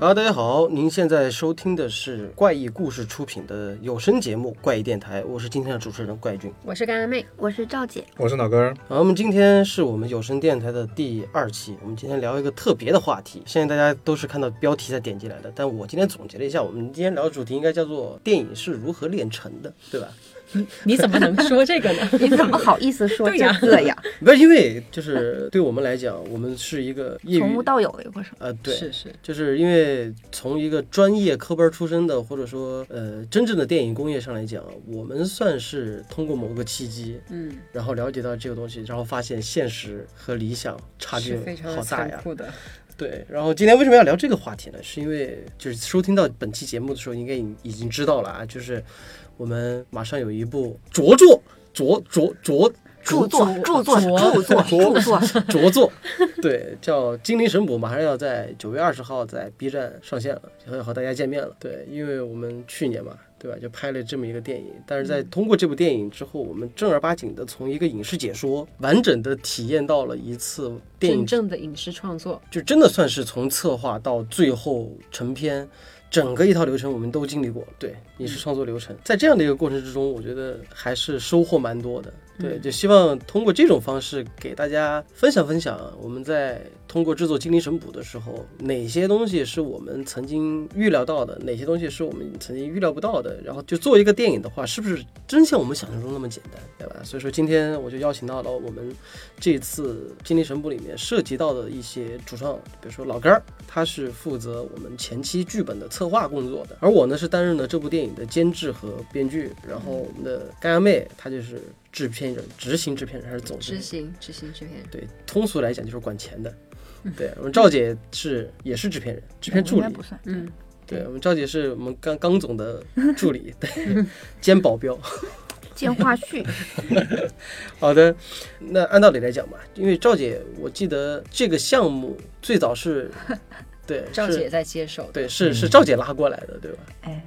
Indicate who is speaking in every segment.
Speaker 1: 哈喽，大家好，您现在收听的是怪异故事出品的有声节目《怪异电台》，我是今天的主持人怪俊。
Speaker 2: 我是干阿妹，
Speaker 3: 我是赵姐，
Speaker 4: 我是脑根儿，
Speaker 1: 好，我们今天是我们有声电台的第二期，我们今天聊一个特别的话题。现在大家都是看到标题才点进来的，但我今天总结了一下，我们今天聊的主题应该叫做电影是如何炼成的，对吧？
Speaker 2: 你怎么能说这个呢？
Speaker 3: 你怎么好意思说
Speaker 2: 对
Speaker 3: 这
Speaker 2: 呀
Speaker 3: 个呀？
Speaker 1: 不是因为就是对我们来讲，我们是一个业
Speaker 3: 从
Speaker 1: 余
Speaker 3: 无，到有的一个过程，
Speaker 1: 呃， 对，
Speaker 2: 是是，
Speaker 1: 就是因为从一个专业科班出身的，或者说呃真正的电影工业上来讲，我们算是通过某个契机，
Speaker 2: 嗯，
Speaker 1: 然后了解到这个东西，然后发现现实和理想差距
Speaker 2: 是非常
Speaker 1: 好啊大
Speaker 2: 的残
Speaker 1: 呀。
Speaker 2: 酷的。
Speaker 1: 对，然后今天为什么要聊这个话题呢？是因为就是收听到本期节目的时候，应该已已经知道了啊，就是我们马上有一部着作着着着
Speaker 3: 著作、著作、
Speaker 2: 着
Speaker 3: 著作、著 作，
Speaker 1: 着作，对，叫《精灵神捕》，马上要在九月二十号在 B 站上线了，要和大家见面了。对，因为我们去年嘛，对吧，就拍了这么一个电影，但是在
Speaker 3: 嗯
Speaker 1: 通过这部电影之后，我们正儿八经的从一个影视解说，完整的体验到了一次电影
Speaker 2: 真正的影视创作，
Speaker 1: 就真的算是从策划到最后成片，整个一套流程我们都经历过。对，影视创作流程，在这样的一个过程之中，我觉得还是收获蛮多的。对，就希望通过这种方式给大家分享分享，我们在通过制作《精灵神捕》的时候，哪些东西是我们曾经预料到的，哪些东西是我们曾经预料不到的。然后就做一个电影的话，是不是真像我们想象中那么简单，对吧？所以说今天我就邀请到了我们这次《精灵神捕》里面涉及到的一些主创，比如说老根儿，他是负责我们前期剧本的策划工作的，而我呢是担任了这部电影的监制和编剧，然后我们的干妹她就是制片人、执行制片人还是总制
Speaker 2: 执
Speaker 1: 片人？
Speaker 2: 行执行制片人，
Speaker 1: 对，通俗来讲就是管钱的。对，我们赵姐是也是制片人、制片助
Speaker 3: 嗯应该
Speaker 1: 理
Speaker 3: 不。算。
Speaker 2: 嗯，
Speaker 1: 对，我们赵姐是我们刚刚总的助理，对， 兼保镖。
Speaker 3: 见话 絮，
Speaker 1: 好的，那按道理来讲吧，因为赵姐，我记得这个项目最早 是，对，
Speaker 2: 赵
Speaker 1: 是
Speaker 2: 姐，嗯在接手的，
Speaker 1: 对，是是赵姐拉过来的，对吧？
Speaker 3: 哎，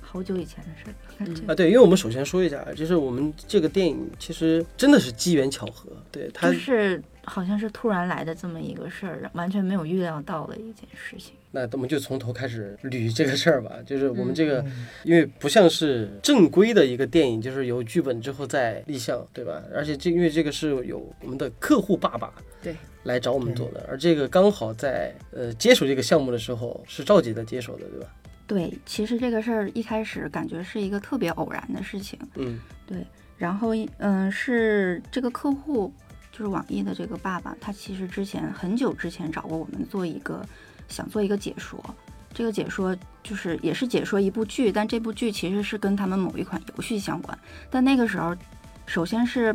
Speaker 3: 好久以前的事儿了，
Speaker 2: 嗯
Speaker 3: 看这
Speaker 1: 啊，对，因为我们首先说一下，就是我们这个电影其实真的是机缘巧合，对它
Speaker 3: 就是好像是突然来的这么一个事儿，完全没有预料到的一件事情。
Speaker 1: 那我们就从头开始捋这个事儿吧，就是我们这
Speaker 2: 嗯
Speaker 1: 个，因为不像是正规的一个电影，就是有剧本之后再立项，对吧？而且这因为这个是有我们的客户爸爸
Speaker 2: 对
Speaker 1: 来找我们做的，而这个刚好在呃接手这个项目的时候是赵姐在接手的，对吧？
Speaker 3: 对，其实这个事儿一开始感觉是一个特别偶然的事情，
Speaker 1: 嗯
Speaker 3: 然后嗯、是这个客户，就是网易的这个爸爸，他其实之前很久之前找过我们做一个，想做一个解说。这个解说就是也是解说一部剧，但这部剧其实是跟他们某一款游戏相关。但那个时候，首先是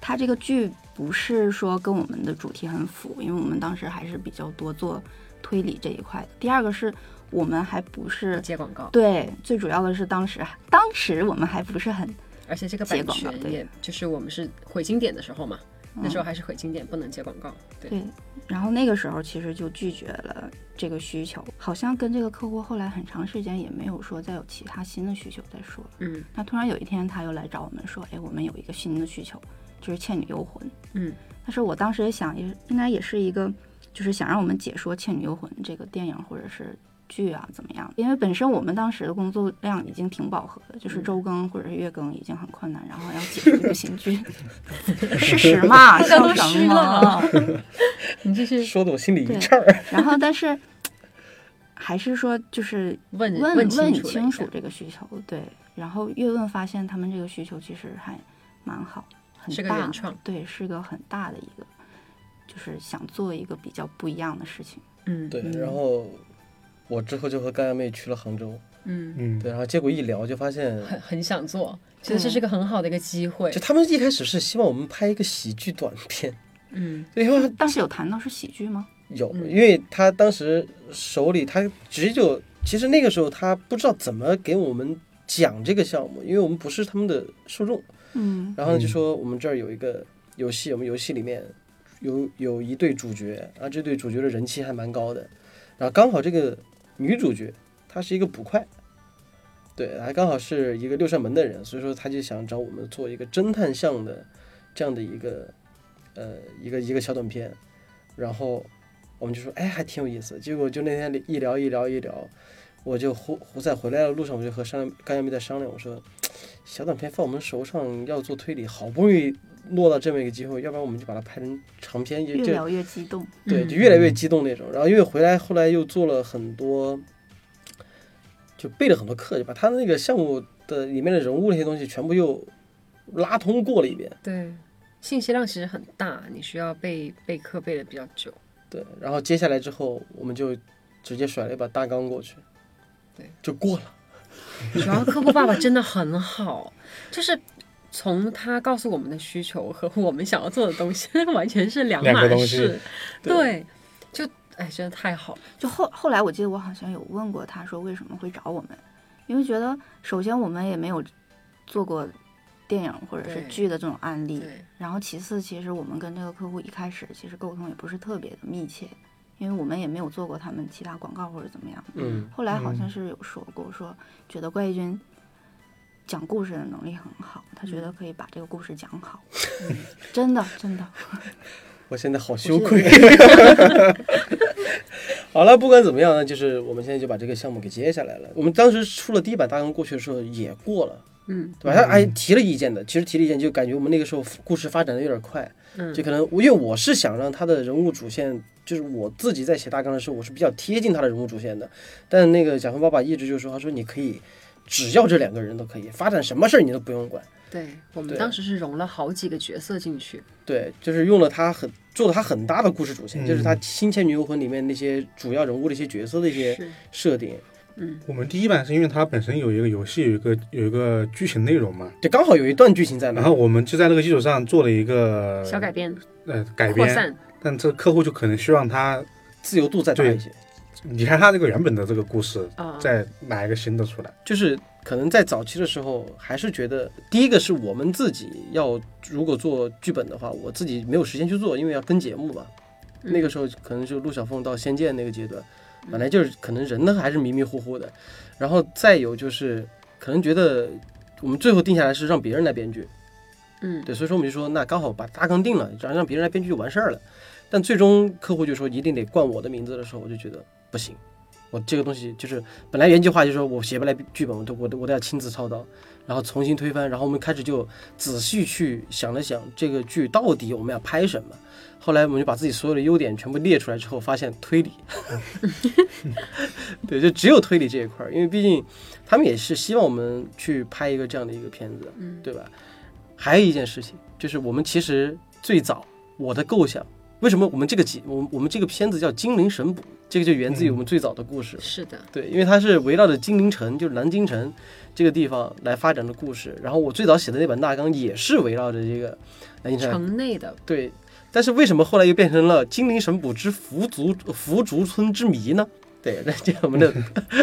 Speaker 3: 它这个剧不是说跟我们的主题很符，因为我们当时还是比较多做推理这一块的。第二个是我们还不是
Speaker 2: 接广告，
Speaker 3: 对，最主要的是当时当时我们还不是很
Speaker 2: 而且这个
Speaker 3: 接
Speaker 2: 版
Speaker 3: 广告
Speaker 2: 权
Speaker 3: 对
Speaker 2: 也就是我们是毁经典的时候嘛，那
Speaker 3: 嗯
Speaker 2: 时候还是毁经典，不能接广告，对，
Speaker 3: 对，嗯然后那个时候其实就拒绝了这个需求，好像跟这个客户后来很长时间也没有说再有其他新的需求再说了。
Speaker 2: 嗯
Speaker 3: 那突然有一天他又来找我们说，哎，我们有一个新的需求，就是《倩女幽魂》。
Speaker 2: 嗯，
Speaker 3: 但是我当时也想，也应该也是一个，就是想让我们解说《倩女幽魂》这个电影或者是剧啊怎么样？因为本身我们当时的工作量已经挺饱和的，
Speaker 2: 嗯
Speaker 3: 就是周更或者是月更已经很困难，然后要解说一个新 剧，事实嘛，
Speaker 2: 大家都
Speaker 3: 笑什
Speaker 2: 虚
Speaker 3: 么
Speaker 2: 了？你这是
Speaker 1: 说的我心里一
Speaker 3: 对
Speaker 1: 颤儿。
Speaker 3: 然后但是还是说就是
Speaker 2: 问
Speaker 3: 问
Speaker 2: 清楚了
Speaker 3: 清
Speaker 2: 一
Speaker 3: 楚
Speaker 2: 下，
Speaker 3: 这个需求，对。然后越问发现他们这个需求其实还蛮好，很
Speaker 2: 是个
Speaker 3: 大
Speaker 2: 原创
Speaker 3: 对，是个很大的一个，就是想做一个比较不一样的事情。
Speaker 2: 嗯
Speaker 1: 对，然后我之后就和干妹去了杭州，
Speaker 2: 嗯，
Speaker 4: 嗯，
Speaker 1: 对，然后结果一聊就发现，
Speaker 2: 很很想做，觉得这是个很好的一个机会
Speaker 1: 就，他们一开始是希望我们拍一个喜剧短片，
Speaker 2: 嗯，
Speaker 1: 因为
Speaker 3: 当时有谈到是喜剧吗？
Speaker 1: 有，
Speaker 2: 嗯
Speaker 1: 因为他当时手里他直接就，其实那个时候他不知道怎么给我们讲这个项目，因为我们不是他们的受众。
Speaker 3: 嗯
Speaker 1: 然后呢，
Speaker 4: 嗯
Speaker 1: 就说我们这儿有一个游戏，我们游戏里面有有一对主角啊，这对主角的人气还蛮高的。然后刚好这个女主角她是一个捕快，对，还刚好是一个六扇门的人，所以说他就想找我们做一个侦探向的这样的一个呃一个一个小短片。然后我们就说哎还挺有意思。结果就那天一聊一聊一聊，我就胡胡在回来的路上，我就和商甘小妹在商量，我说小短片放我们手上要做推理，好不容易落到这么一个机会，要不然我们就把它拍成长片，就
Speaker 3: 越
Speaker 1: 这
Speaker 3: 聊越激动。
Speaker 1: 对，就
Speaker 2: 嗯
Speaker 1: 越来越激动那种。然后因为回来后来又做了很多，就备了很多课，就把他的那个项目的里面的人物那些东西全部又拉通过了一遍。
Speaker 2: 对，信息量其实很大，你需要背备课背的比较久。
Speaker 1: 对，然后接下来之后我们就直接甩了一把大纲过去，
Speaker 2: 对，
Speaker 1: 就过了。
Speaker 2: 主要客户爸爸真的很好，就是从他告诉我们的需求和我们想要做的东西 完全是两
Speaker 4: 两
Speaker 2: 码
Speaker 4: 个东西
Speaker 2: 事。对，就哎，真的太好了。
Speaker 3: 就后后来我记得我好像有问过他说为什么会找我们，因为觉得首先我们也没有做过电影或者是
Speaker 2: 对
Speaker 3: 剧的这种案例，
Speaker 2: 对，
Speaker 3: 然后其次其实我们跟这个客户一开始其实沟通也不是特别的密切，因为我们也没有做过他们其他广告或者怎么样。
Speaker 1: 嗯，
Speaker 3: 后来好像
Speaker 4: 嗯
Speaker 3: 是有说过，说觉得怪异君讲故事的能力很好，他觉得可以把这个故事讲好，嗯真的 真的。
Speaker 1: 我现在好
Speaker 3: 是有
Speaker 1: 羞愧。 好了，不管怎么样呢，就是我们现在就把这个项目给接下来了。我们当时出了第一版大纲过去的时候也过了。
Speaker 2: 嗯
Speaker 1: 对吧？他还提了意见的，其实提了意见就感觉我们那个时候故事发展的有点快，
Speaker 2: 嗯
Speaker 1: 就可能因为我是想让他的人物主线，就是我自己在写大纲的时候，我是比较贴近他的人物主线的。但那个贾鹏爸爸一直就说，他说你可以只要这两个人都可以发展什么事儿你都不用管，
Speaker 2: 对我们
Speaker 1: 对
Speaker 2: 当时是融了好几个角色进去，
Speaker 1: 对，就是用了他很做了他很大的故事主线，
Speaker 4: 嗯
Speaker 1: 就是他《新倩女幽魂》里面那些主要人物的一些角色的一些
Speaker 2: 是
Speaker 1: 设定，
Speaker 2: 嗯，
Speaker 4: 我们第一版是因为它本身有一个游戏，有一个有一个剧情内容嘛，
Speaker 1: 就刚好有一段剧情在那
Speaker 4: 然
Speaker 1: 儿，
Speaker 4: 后我们就在那个基础上做了一个
Speaker 2: 嗯小改编、
Speaker 4: 呃改
Speaker 2: 扩
Speaker 4: 编，
Speaker 2: 散，
Speaker 4: 但这客户就可能希望他
Speaker 1: 自由度再大
Speaker 4: 对
Speaker 1: 一些。
Speaker 4: 你看他这个原本的这个故事，
Speaker 2: 啊，
Speaker 4: 再拿一个新的出来。
Speaker 1: 就是可能在早期的时候，还是觉得第一个是我们自己要如果做剧本的话，我自己没有时间去做，因为要跟节目嘛。
Speaker 2: 嗯
Speaker 1: 那个时候可能就陆小凤到《仙剑》那个阶段，
Speaker 4: 嗯
Speaker 1: 本来就是可能人呢还是迷迷糊糊的，然后再有就是可能觉得我们最后定下来是让别人来编剧，
Speaker 2: 嗯，
Speaker 1: 对，所以说我们就说那刚好把大纲定了，然后让别人来编剧就完事儿了。但最终客户就说一定得冠我的名字的时候，我就觉得不行，我这个东西就是本来原计划就是说我写不来剧本，我都我都我都要亲自操刀，然后重新推翻，然后我们开始就仔细去想了想这个剧到底我们要拍什么。后来我们就把自己所有的优点全部列出来之后，发现推理，对，就只有推理这一块儿，因为毕竟他们也是希望我们去拍一个这样的一个片子，
Speaker 2: 嗯
Speaker 1: 对吧？还有一件事情，就是我们其实最早我的构想，为什么我们这个节，我们我们这个片子叫《精灵神捕》，这个就源自于我们最早的故事。
Speaker 2: 是的，
Speaker 1: 对，因为它是围绕着金陵城，就是南京城这个地方来发展的故事。然后我最早写的那本大纲也是围绕着这个南京城。
Speaker 2: 城内的
Speaker 1: 对，但是为什么后来又变成了《金陵神捕之福竹福竹村之谜》呢？对，那这样我们的，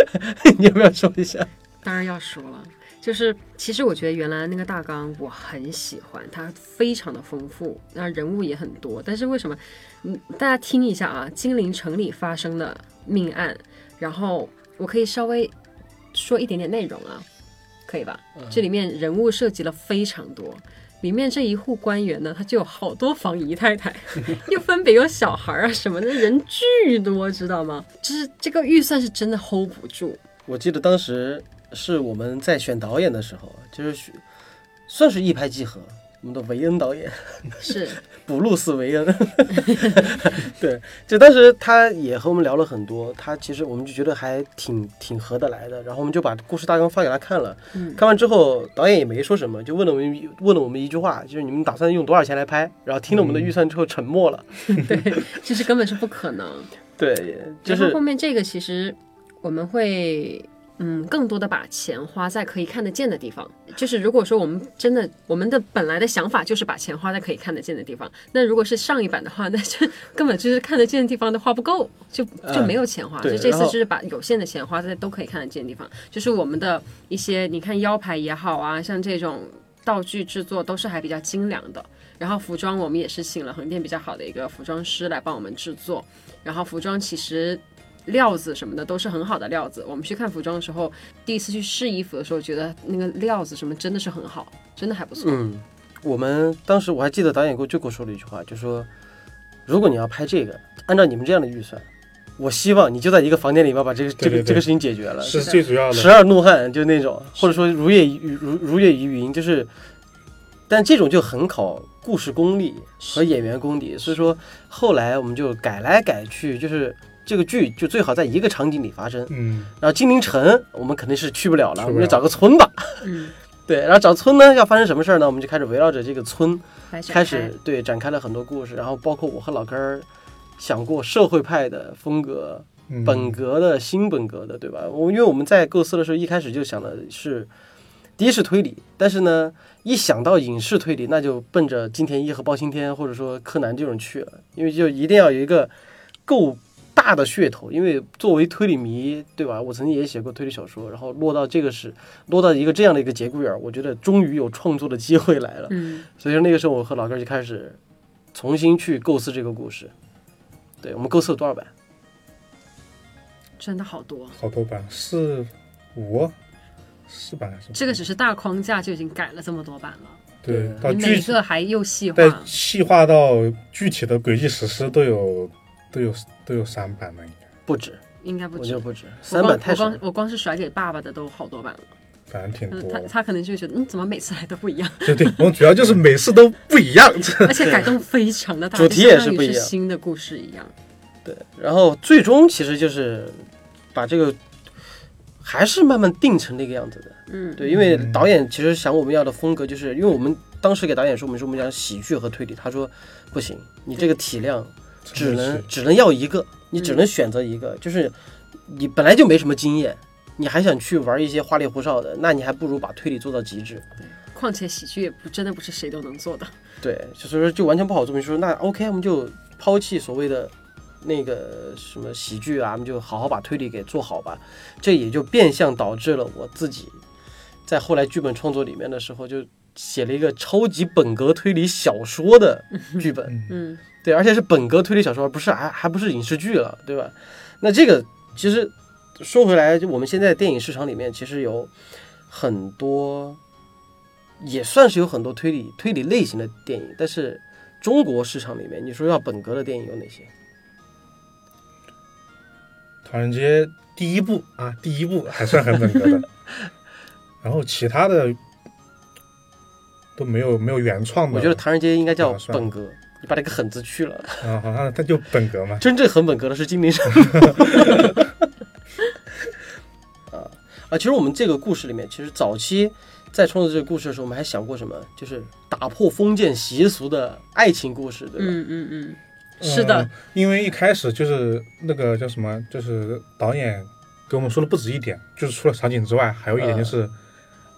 Speaker 1: 你要不要说一下？
Speaker 2: 当然要说了。就是，其实我觉得原来那个大纲我很喜欢，它非常的丰富，那人物也很多。但是为什么，嗯，大家听一下啊，金陵城里发生的命案，然后我可以稍微说一点点内容啊，可以吧？这里面人物涉及了非常多，里面这一户官员呢，他就有好多房姨太太， 又分别有小孩啊什么的，人巨多，知道吗？就是这个预算是真的 hold 不住，
Speaker 1: 我记得当时是我们在选导演的时候，就是选算是一拍即合。我们的维恩导演，
Speaker 2: 是。
Speaker 1: 布鲁斯·维恩， 对，就当时他也和我们聊了很多，他其实我们就觉得还挺挺合得来的，然后我们就把故事大纲发给他看了，
Speaker 2: 嗯
Speaker 1: 看完之后导演也没说什么，就问了我们一问了我们一句话，就是你们打算用多少钱来拍？然后听了我们的预算之后沉默了，
Speaker 2: 对，其实根本是不可能。
Speaker 1: 对，就
Speaker 2: 然
Speaker 1: 是
Speaker 2: 后后面这个其实我们会。嗯，更多的把钱花在可以看得见的地方，就是如果说我们真的我们的本来的想法就是把钱花在可以看得见的地方，那如果是上一版的话，那就 根本就是看得见的地方都花不够，就就
Speaker 1: 嗯
Speaker 2: 没有钱花。
Speaker 1: 对
Speaker 2: 就这
Speaker 1: 然
Speaker 2: 次
Speaker 1: 后
Speaker 2: 就是把有限的钱花在都可以看得见的地方，就是我们的一些你看腰牌也好啊，像这种道具制作都是还比较精良的。然后服装我们也是请了横店比较好的一个服装师来帮我们制作，然后服装其实料子什么的都是很好的料子。我们去看服装的时候，第一次去试衣服的时候，觉得那个料子什么真的是很好，真的还不错。
Speaker 1: 嗯，我们当时我还记得导演给我就给我说了一句话，就说如果你要拍这个，按照你们这样的预算，我希望你就在一个房间里面把这个这个
Speaker 4: 对对对
Speaker 1: 这个事情解决了。
Speaker 4: 是
Speaker 2: 呃是的
Speaker 4: 最主要
Speaker 1: 十
Speaker 4: 的。
Speaker 1: 二怒汉就那种，或者说如月如如如月于云，就是，但这种就很考故事功力和演员功底，所以说后来我们就改来改去，就是这个剧就最好在一个场景里发生。
Speaker 4: 嗯，
Speaker 1: 然后金陵城我们肯定是去不了了，
Speaker 4: 去不了
Speaker 1: 我们就找个村 吧。
Speaker 2: 嗯，
Speaker 1: 对，然后找村呢要发生什么事儿呢？我们就开始围绕着这个村
Speaker 2: 来展
Speaker 1: 开
Speaker 2: 开
Speaker 1: 始对展开了很多故事，然后包括我和老根儿想过社会派的风格，
Speaker 4: 嗯
Speaker 1: 本格的新本格的，对吧？我因为我们在构思的时候，一开始就想的是，第一是推理，但是呢，一想到影视推理，那就奔着金田一和包青天或者说柯南这种去了，因为就一定要有一个够大的噱头。因为作为推理迷，对吧？我曾经也写过推理小说，然后落到 这个是落到一个这样的一个节骨眼儿，我觉得终于有创作的机会来了。
Speaker 2: 嗯，
Speaker 1: 所以说那个时候，我和老哥就开始重新去构思这个故事。对我们构思了多少版？
Speaker 2: 真的好多。
Speaker 4: 好多版是五啊四版还是
Speaker 2: 这个只是大框架就已经改了这么多版了，
Speaker 4: 对
Speaker 1: 对
Speaker 4: 到
Speaker 2: 你
Speaker 4: 具
Speaker 2: 每
Speaker 4: 体
Speaker 2: 个还又细化
Speaker 4: 在。细化到具体的轨迹实施都有都有都有三版了，应该
Speaker 1: 不止。
Speaker 2: 应该不
Speaker 1: 我
Speaker 2: 止
Speaker 1: 觉得。不止，
Speaker 2: 我
Speaker 1: 三
Speaker 2: 光
Speaker 1: 版太
Speaker 2: 我
Speaker 1: 少
Speaker 2: 光。我光是甩给爸爸的都好多版了，
Speaker 4: 反正挺
Speaker 2: 嗯
Speaker 4: 多
Speaker 2: 他。他可能就觉得，嗯，怎么每次来都不一样，
Speaker 4: 对对，我们主要就是每次都不一样。
Speaker 2: 而且改动非常的大，
Speaker 1: 主题
Speaker 2: 就
Speaker 1: 也
Speaker 2: 相当
Speaker 1: 是
Speaker 2: 于
Speaker 1: 不一
Speaker 2: 是
Speaker 1: 样
Speaker 2: 新的故事一样。
Speaker 1: 对，然后最终其实就是把这个还是慢慢定成那个样子的。
Speaker 2: 嗯，
Speaker 1: 对，因为导演其实想我们要的风格，就是因为我们当时给导演说，我们说我们讲喜剧和推理，他说不行，你这个体量 只能只能要一个，你只能选择一个，就是你本来就没什么经验。你还想去玩一些花里胡哨的，那你还不如把推理做到极致。
Speaker 2: 况且喜剧也不真的不是谁都能做的。
Speaker 1: 对，就所以说就完全不好做。你说那 OK，我们就抛弃所谓的那个什么喜剧啊，我们就好好把推理给做好吧。这也就变相导致了我自己在后来剧本创作里面的时候，就写了一个超级本格推理小说的剧本。
Speaker 4: 嗯
Speaker 2: 嗯，
Speaker 1: 对，而且是本格推理小说，而不是还还不是影视剧了，对吧？那这个其实说回来，就我们现在电影市场里面，其实有很多，也算是有很多推理推理类型的电影，但是中国市场里面，你说要本格的电影有哪些？
Speaker 4: 唐人街第一部啊，第一部还算很本格的，然后其他的都没有没有原创的，
Speaker 1: 我觉得《唐人街》应该叫
Speaker 4: 啊算了
Speaker 1: 本格，你把这个“狠”字去了。
Speaker 4: 啊，好像它就本格嘛，
Speaker 1: 真正很本格的是金陵城。 啊啊！其实我们这个故事里面，其实早期在创作这个故事的时候，我们还想过什么？就是打破封建习俗的爱情故事，对吧？
Speaker 2: 嗯嗯嗯，是的
Speaker 4: 嗯，因为一开始就是那个叫什么，就是导演给我们说了不止一点，就是除了场景之外，还有一
Speaker 1: 嗯
Speaker 4: 点就是，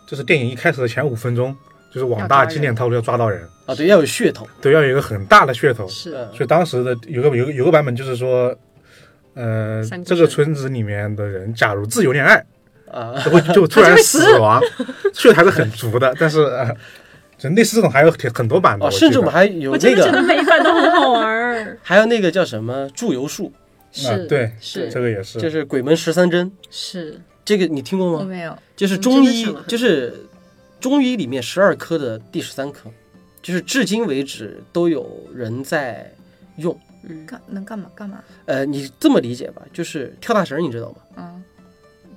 Speaker 4: 就是电影一开始的前五分钟，就是网
Speaker 2: 要抓
Speaker 4: 大
Speaker 2: 人
Speaker 4: 经典套路要抓到人，
Speaker 1: 啊，对，要有噱头。
Speaker 4: 对，要有一个很大的噱头。
Speaker 2: 是
Speaker 1: 嗯
Speaker 2: 的，
Speaker 4: 所以当时的有个有个有个版本就是说，呃
Speaker 2: 三，个
Speaker 4: 这个
Speaker 2: 村
Speaker 4: 村子里面的人假如自由恋爱，
Speaker 1: 啊，
Speaker 4: 就会就突
Speaker 2: 他就
Speaker 4: 然
Speaker 2: 会死
Speaker 4: 死 亡，血还是很足的，但是。呃就类似这种还有挺很多版的，
Speaker 1: 哦，甚至我
Speaker 4: 我
Speaker 1: 们
Speaker 4: 还
Speaker 1: 还有
Speaker 2: 我真
Speaker 1: 那
Speaker 2: 的觉得
Speaker 1: 个，
Speaker 2: 每一版都很好玩 儿。
Speaker 1: 还有那个叫什么祝由术，
Speaker 2: 是，
Speaker 4: 啊对这
Speaker 2: 是
Speaker 4: 个也是，
Speaker 1: 就是鬼门十三针，
Speaker 2: 是，
Speaker 1: 这个你听过
Speaker 3: 我
Speaker 1: 吗？
Speaker 3: 没有，
Speaker 1: 就是
Speaker 2: 嗯
Speaker 1: 中
Speaker 2: 这个
Speaker 1: 医
Speaker 2: 是吗，
Speaker 1: 就是中医里面十二科的第十三科，就是至今为止都有人在用。
Speaker 2: 嗯，
Speaker 3: 干能干嘛干嘛？
Speaker 1: 呃，你这么理解吧，就是跳大绳儿，你知道吗？
Speaker 3: 嗯，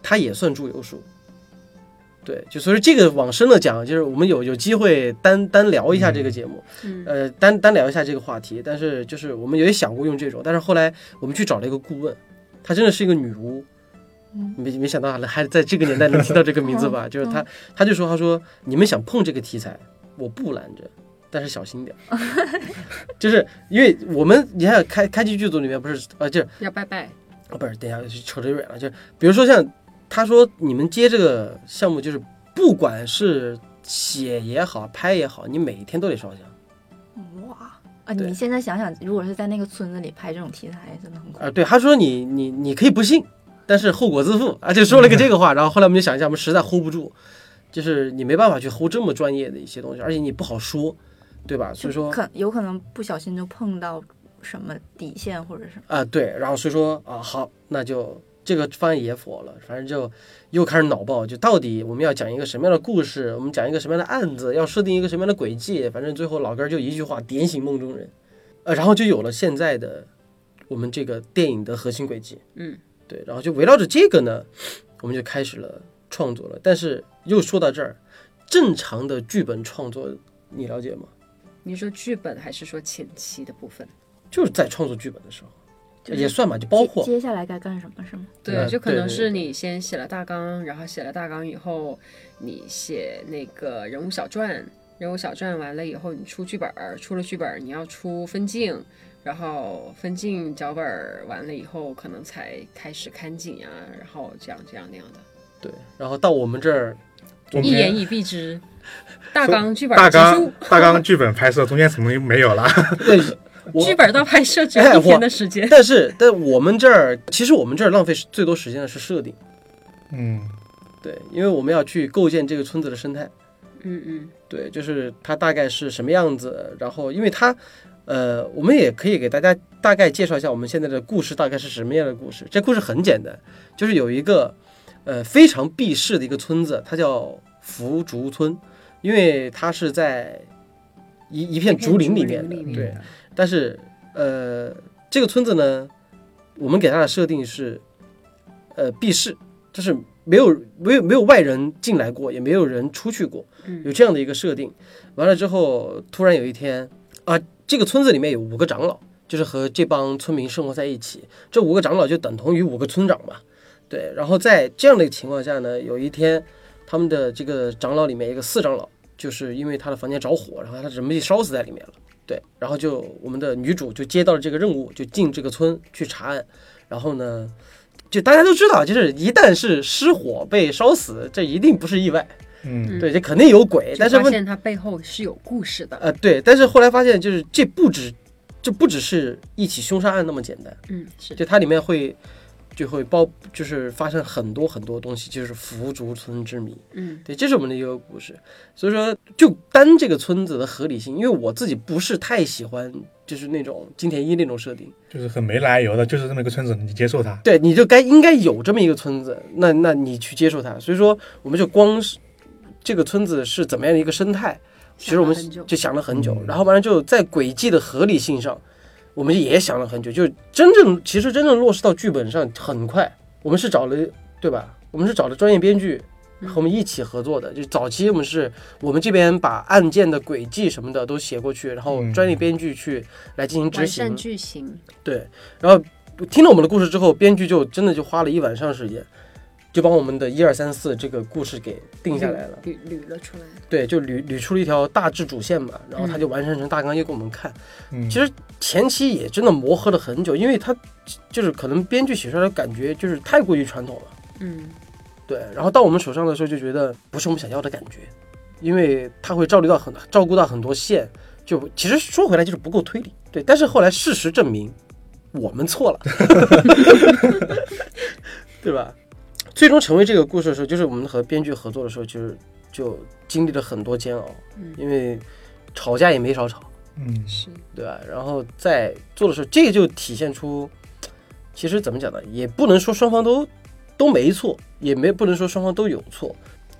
Speaker 1: 它也算祝由术。对，就所以这个往深了讲，就是我们有有机会单单聊一下这个节目，
Speaker 2: 嗯
Speaker 1: 呃，单单聊一下这个话题。但是就是我们也想过用这种，但是后来我们去找了一个顾问，她真的是一个女巫，没没想到还还在这个年代能听到这个名字吧？就是她，她就说，她说你们想碰这个题材，我不拦着，但是小心点儿，就是因为我们你看开开剧剧组里面不是呃，就是
Speaker 2: 要拜拜。
Speaker 1: 啊，不是，等一下扯得远了，就是比如说像他说你们接这个项目，就是不管是写也好，拍也好，你每天都得烧香
Speaker 3: 哇啊！
Speaker 1: 对
Speaker 3: 你现在想想，如果是在那个村子里拍这种题材，真的很恐
Speaker 1: 啊。对，他说你你你可以不信，但是后果自负啊，就说了个这个话。然后后来我们就想一下，我们实在 hold 不住，就是你没办法去 hold 这么专业的一些东西，而且你不好说，对吧？
Speaker 3: 怖，
Speaker 1: 所
Speaker 3: 就
Speaker 1: 以说
Speaker 3: 可有可能不小心就碰到什么底线或者什么。
Speaker 1: 啊，对，然后所以说啊，好，那就这个方案也火了，反正就又开始脑爆，就到底我们要讲一个什么样的故事，我们讲一个什么样的案子，要设定一个什么样的轨迹，反正最后老根儿就一句话点醒梦中人，呃，然后就有了现在的我们这个电影的核心轨迹。
Speaker 2: 嗯，
Speaker 1: 对，然后就围绕着这个呢，我们就开始了创作了。但是又说到这儿，正常的剧本创作，你了解吗？
Speaker 2: 你说剧本还是说前期的部分？
Speaker 1: 就是在创作剧本的时候，
Speaker 3: 就是
Speaker 1: 也算吧，就包括
Speaker 3: 接接下来该干什么是吗？
Speaker 2: 对，
Speaker 1: 呃
Speaker 2: 就可
Speaker 1: 对
Speaker 2: 能
Speaker 1: 对
Speaker 2: 是你先写了大纲，然后写了大纲以后，你写那个人物小传，人物小传完了以后，你出剧本儿，出了剧本儿，你要出分镜，然后分镜脚本儿完了以后，可能才开始看景啊，然后这样这样那样的，
Speaker 1: 对，然后到我们这儿，
Speaker 4: 中
Speaker 2: 一言
Speaker 4: 间
Speaker 2: 以 蔽之，大纲剧本
Speaker 4: 大
Speaker 2: 儿结
Speaker 4: 纲
Speaker 2: 束，
Speaker 4: 大纲剧本拍摄中间什么就没有了，
Speaker 1: 对，我
Speaker 2: 剧本到拍摄只有
Speaker 1: 哎
Speaker 2: 一天
Speaker 1: 我
Speaker 2: 的时 间，
Speaker 1: 但是但我们这儿其实我们这儿浪费最多时间的是设定，
Speaker 4: 嗯，
Speaker 1: 对，因为我们要去构建这个村子的生态。
Speaker 2: 嗯嗯，
Speaker 1: 对，就是它大概是什么样子，然后因为它，呃，我们也可以给大家大概介绍一下我们现在的故事大概是什么样的故事。这故事很简单，就是有一个呃非常避世的一个村子，它叫福竹村，因为它是在一一片
Speaker 2: 片
Speaker 1: 竹林里
Speaker 2: 竹林
Speaker 1: 面的
Speaker 2: 里，面
Speaker 1: 对。但是呃，这个村子呢，我们给它的设定是，呃，避世，就是没有没有没有外人进来过，也没有人出去过，有这样的一个设定。完了之后，突然有一天啊，这个村子里面有五个长老，就是和这帮村民生活在一起，这五个长老就等同于五个村长嘛。对，然后在这样的情况下呢，有一天，他们的这个长老里面一个四长老，就是因为他的房间着火，然后他人被烧死在里面了。对，然后就我们的女主就接到了这个任务，就进这个村去查案。然后呢，就大家都知道，就是一旦是失火被烧死，这一定不是意外，
Speaker 4: 嗯，
Speaker 1: 对，这肯定有鬼。但
Speaker 2: 但
Speaker 1: 是
Speaker 2: 是发
Speaker 1: 问
Speaker 2: 现它背后是有故事的，
Speaker 1: 呃，对，但是后来发现就是这不止，这不只是一起凶杀案那么简单，
Speaker 2: 嗯，是
Speaker 1: 就它里面会就会包，就是发生很多很多东西，就是福竹村之谜。
Speaker 2: 嗯
Speaker 1: 对，这是我们的一个故事。所以说，就单这个村子的合理性，因为我自己不是太喜欢，就是那种金田一那种设定。
Speaker 4: 就是很没来由的，就是这么一个村子，你接受它，
Speaker 1: 对，你就该应该有这么一个村子，那那你去接受它。所以说，我们就光是这个村子是怎么样的一个生态，其实我
Speaker 2: 想了很久
Speaker 1: 们就想了很久，
Speaker 4: 嗯
Speaker 1: 然后完了就在轨迹的合理性上，我们也想了很久，就真正其实真正落实到剧本上很快，我们是找了对吧？我们是找了专业编剧。
Speaker 2: 嗯
Speaker 1: 和我们一起合作的，就早期我们是我们这边把案件的轨迹什么的都写过去，然后
Speaker 4: 嗯
Speaker 1: 专业编剧去来进行执
Speaker 2: 完
Speaker 1: 行。
Speaker 2: 善剧情，
Speaker 1: 对，然后听了我们的故事之后，编剧就真的就花了一晚上时间，就把我们的一二三四这个故事给定下来了。
Speaker 2: 捋捋了出来。
Speaker 1: 对，就捋捋出了一条大致主线嘛，然后他
Speaker 2: 嗯
Speaker 1: 就完善成大纲又给我们看。
Speaker 4: 嗯，
Speaker 1: 其实前期也真的磨合了很久，因为他就是可能编剧写出来的感觉就是太过于传统了。
Speaker 2: 嗯
Speaker 1: 对，然后到我们手上的时候就觉得不是我们想要的感觉，因为它会照顾到很照顾到很多线，就其实说回来就是不够推理。对，但是后来事实证明我们错了， 对吧？最终成为这个故事的时候，就是我们和编剧合作的时候，就是就经历了很多煎熬，
Speaker 2: 嗯，
Speaker 1: 因为吵架也没少吵，
Speaker 4: 嗯，
Speaker 2: 是
Speaker 1: 对吧？然后在做的时候，这个就体现出，其实怎么讲呢，也不能说双方都都没错，也没不能说双方都有错，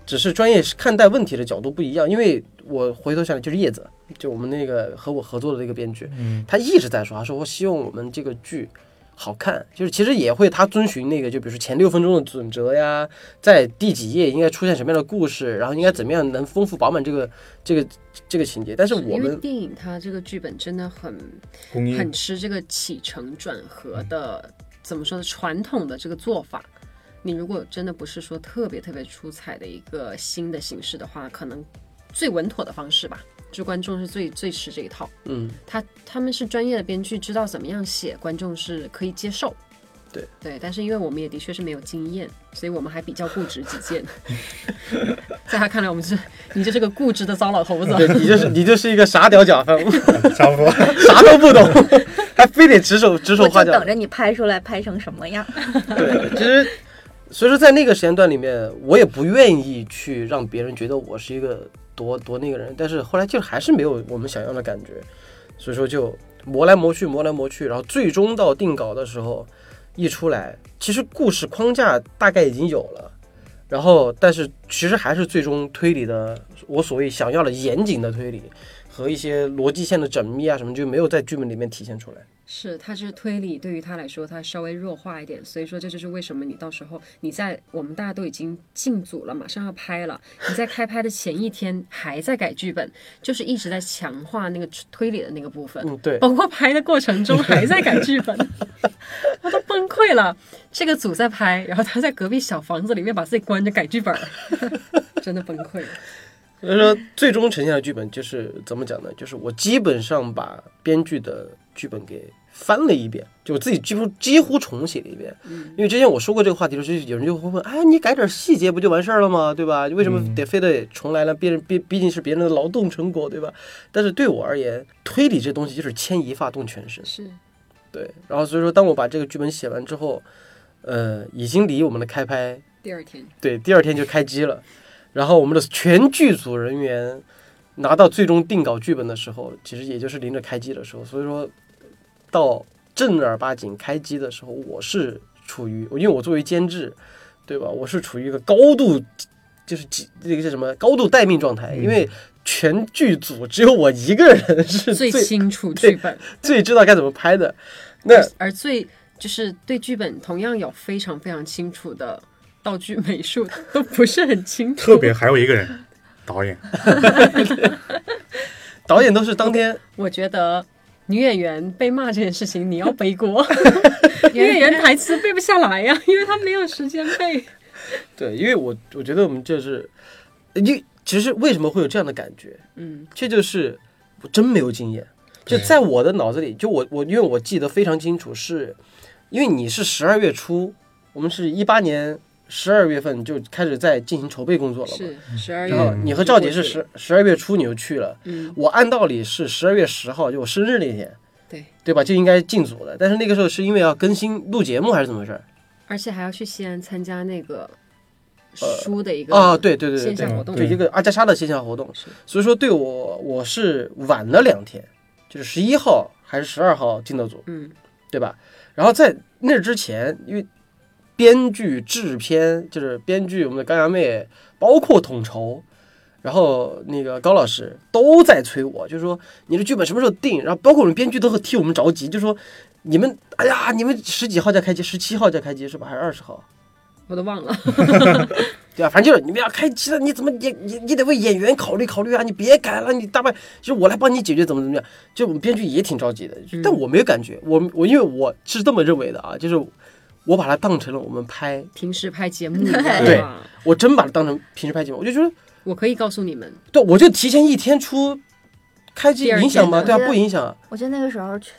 Speaker 1: 只是专业看待问题的角度不一样。因为我回头想来，就是叶子，就我们那个和我合作的那个编剧，
Speaker 4: 嗯，
Speaker 1: 他一直在说，他说我希望我们这个剧好看，就是其实也会他遵循那个，就比如说前六分钟的准则呀，在第几页应该出现什么样的故事，然后应该怎么样能丰富饱满这个这个这个情节。但是我
Speaker 2: 因为
Speaker 1: 们
Speaker 2: 电影它这个剧本真的很
Speaker 4: 公
Speaker 1: 嗯
Speaker 4: 益，
Speaker 2: 很吃这个起承转合的，怎么说呢？传统的这个做法，你如果真的不是说特别特别出彩的一个新的形式的话，可能最稳妥的方式吧，就观众是最最吃这一套。
Speaker 1: 嗯。
Speaker 2: 他他们是专业的编剧，知道怎么样写，观众是可以接受。
Speaker 1: 对
Speaker 2: 对，但是因为我们也的确是没有经验，所以我们还比较固执己 见。 在他看来，我们是你就是个固执的糟老头子。
Speaker 1: 对你就是你就是一个傻屌 甲方，
Speaker 4: 差不多，
Speaker 1: 啥都不懂，还非得指手指手
Speaker 3: 我
Speaker 1: 画
Speaker 3: 就
Speaker 1: 脚
Speaker 3: 等。着你拍出来拍成什么 样。
Speaker 1: 对，其实所以说在那个时间段里面，我也不愿意去让别人觉得我是一个多多那个人，但是后来就还是没有我们想要的感觉，所以说就磨来磨去，磨来磨去，然后最终到定稿的时候一出来，其实故事框架大概已经有了。然后，但是其实还是最终推理的，我所谓想要的严谨的推理和一些逻辑线的缜密啊什么，就没有在剧本里面体现出来。
Speaker 2: 是，它是推理，对于他来说，它稍微弱化一点，所以说这就是为什么你到时候你在我们大家都已经进组了，马上要拍了，你在开拍的前一天还在改剧本，就是一直在强化那个推理的那个部分，
Speaker 1: 嗯， 对，
Speaker 2: 包括拍的过程中还在改剧本， 我都崩溃了。这个组在拍，然后他在隔壁小房子里面把自己关着改剧本 儿，真的崩溃了。
Speaker 1: 所以说最终呈现的剧本就是怎么讲呢？就是我基本上把编剧的剧本给翻了一遍，就我自己几乎几乎重写了一遍。因为之前我说过这个话题的时候，就有人就会问：“哎，你改点细节不就完事儿了吗？对吧？为什么得非得重来呢？别人毕毕竟是别人的劳动成果，对吧？”但是对我而言，推理这东西就是牵一发动全身。
Speaker 2: 是，
Speaker 1: 对，然后所以说，当我把这个剧本写完之后，呃，已经离我们的开拍
Speaker 2: 第二天
Speaker 1: 对，第二天就开机了。然后我们的全剧组人员拿到最终定稿剧本的时候，其实也就是临着开机的时候。所以说，到正儿八经开机的时候，我是处于，因为我作为监制，对吧？我是处于一个高度，就是几这个是什么高度待命状态，因为全剧组只有我一个人是最
Speaker 2: 最清楚剧本，
Speaker 1: 最知道该怎么拍的。那
Speaker 2: 而最就是对剧本同样有非常非常清楚的道具美术都不是很清楚，
Speaker 4: 特别还有一个人，导演，
Speaker 1: 导演都是当天
Speaker 2: 我觉得女演员被骂这件事情，你要背 锅。女演员台词背不下来呀、因为她没有时间背。
Speaker 1: 对，因为我我觉得我们就是，你其实为什么会有这样的感觉？
Speaker 2: 嗯，
Speaker 1: 这就是我真没有经验。就
Speaker 4: 对
Speaker 1: 在我的脑子里，就我我因为我记得非常清楚是，因为你是十二月初，我们是一八年十二月份就开始在进行筹备工作了嘛。
Speaker 2: 是十二月
Speaker 1: 然后
Speaker 4: 嗯
Speaker 1: 你和赵姐是十十二月初你就去了，
Speaker 2: 嗯，
Speaker 1: 我按道理是十二月十号，就我生日那天，
Speaker 2: 对，
Speaker 1: 对吧？就应该进组的，但是那个时候是因为要更新录节目还是怎么回事儿？
Speaker 2: 而且还要去西安参加那个书的一个
Speaker 1: 啊，对对对对
Speaker 2: 线
Speaker 1: 对
Speaker 2: 下活动。
Speaker 1: 对一个阿加莎的线下活动
Speaker 2: 是，
Speaker 1: 所以说对我我是晚了两天，就是十一号还是十二号进的组，
Speaker 2: 嗯，
Speaker 1: 对吧？然后在那之前，因为编剧、制片就是编剧我们的干牙妹，包括统筹，然后那个高老师都在催我，就说你的剧本什么时候定？然后包括我们编剧都替我们着急，就说你们哎呀，你们十几号再开机，十七号再开机是吧？还是二十号？
Speaker 2: 我都忘了。
Speaker 1: 对啊，反正就是你们要开机了，你怎么也你你得为演员考虑考虑啊！你别改了，你大半就是我来帮你解决，怎么怎么样？就我们编剧也挺着急的，但我没有感觉，我我因为我是这么认为的啊，就是我把它当成了我们拍，
Speaker 2: 平时拍节目一样
Speaker 1: 对
Speaker 2: 啊
Speaker 1: 我真把它当成平时拍节目，我就觉得，
Speaker 2: 我可以告诉你们，
Speaker 1: 对，我就提前一天出开机
Speaker 2: 第二
Speaker 1: 影响
Speaker 2: 天
Speaker 1: 吗？
Speaker 2: 的
Speaker 1: 对啊，
Speaker 3: 我觉得
Speaker 1: 不影响啊，
Speaker 3: 我记得那个时候去，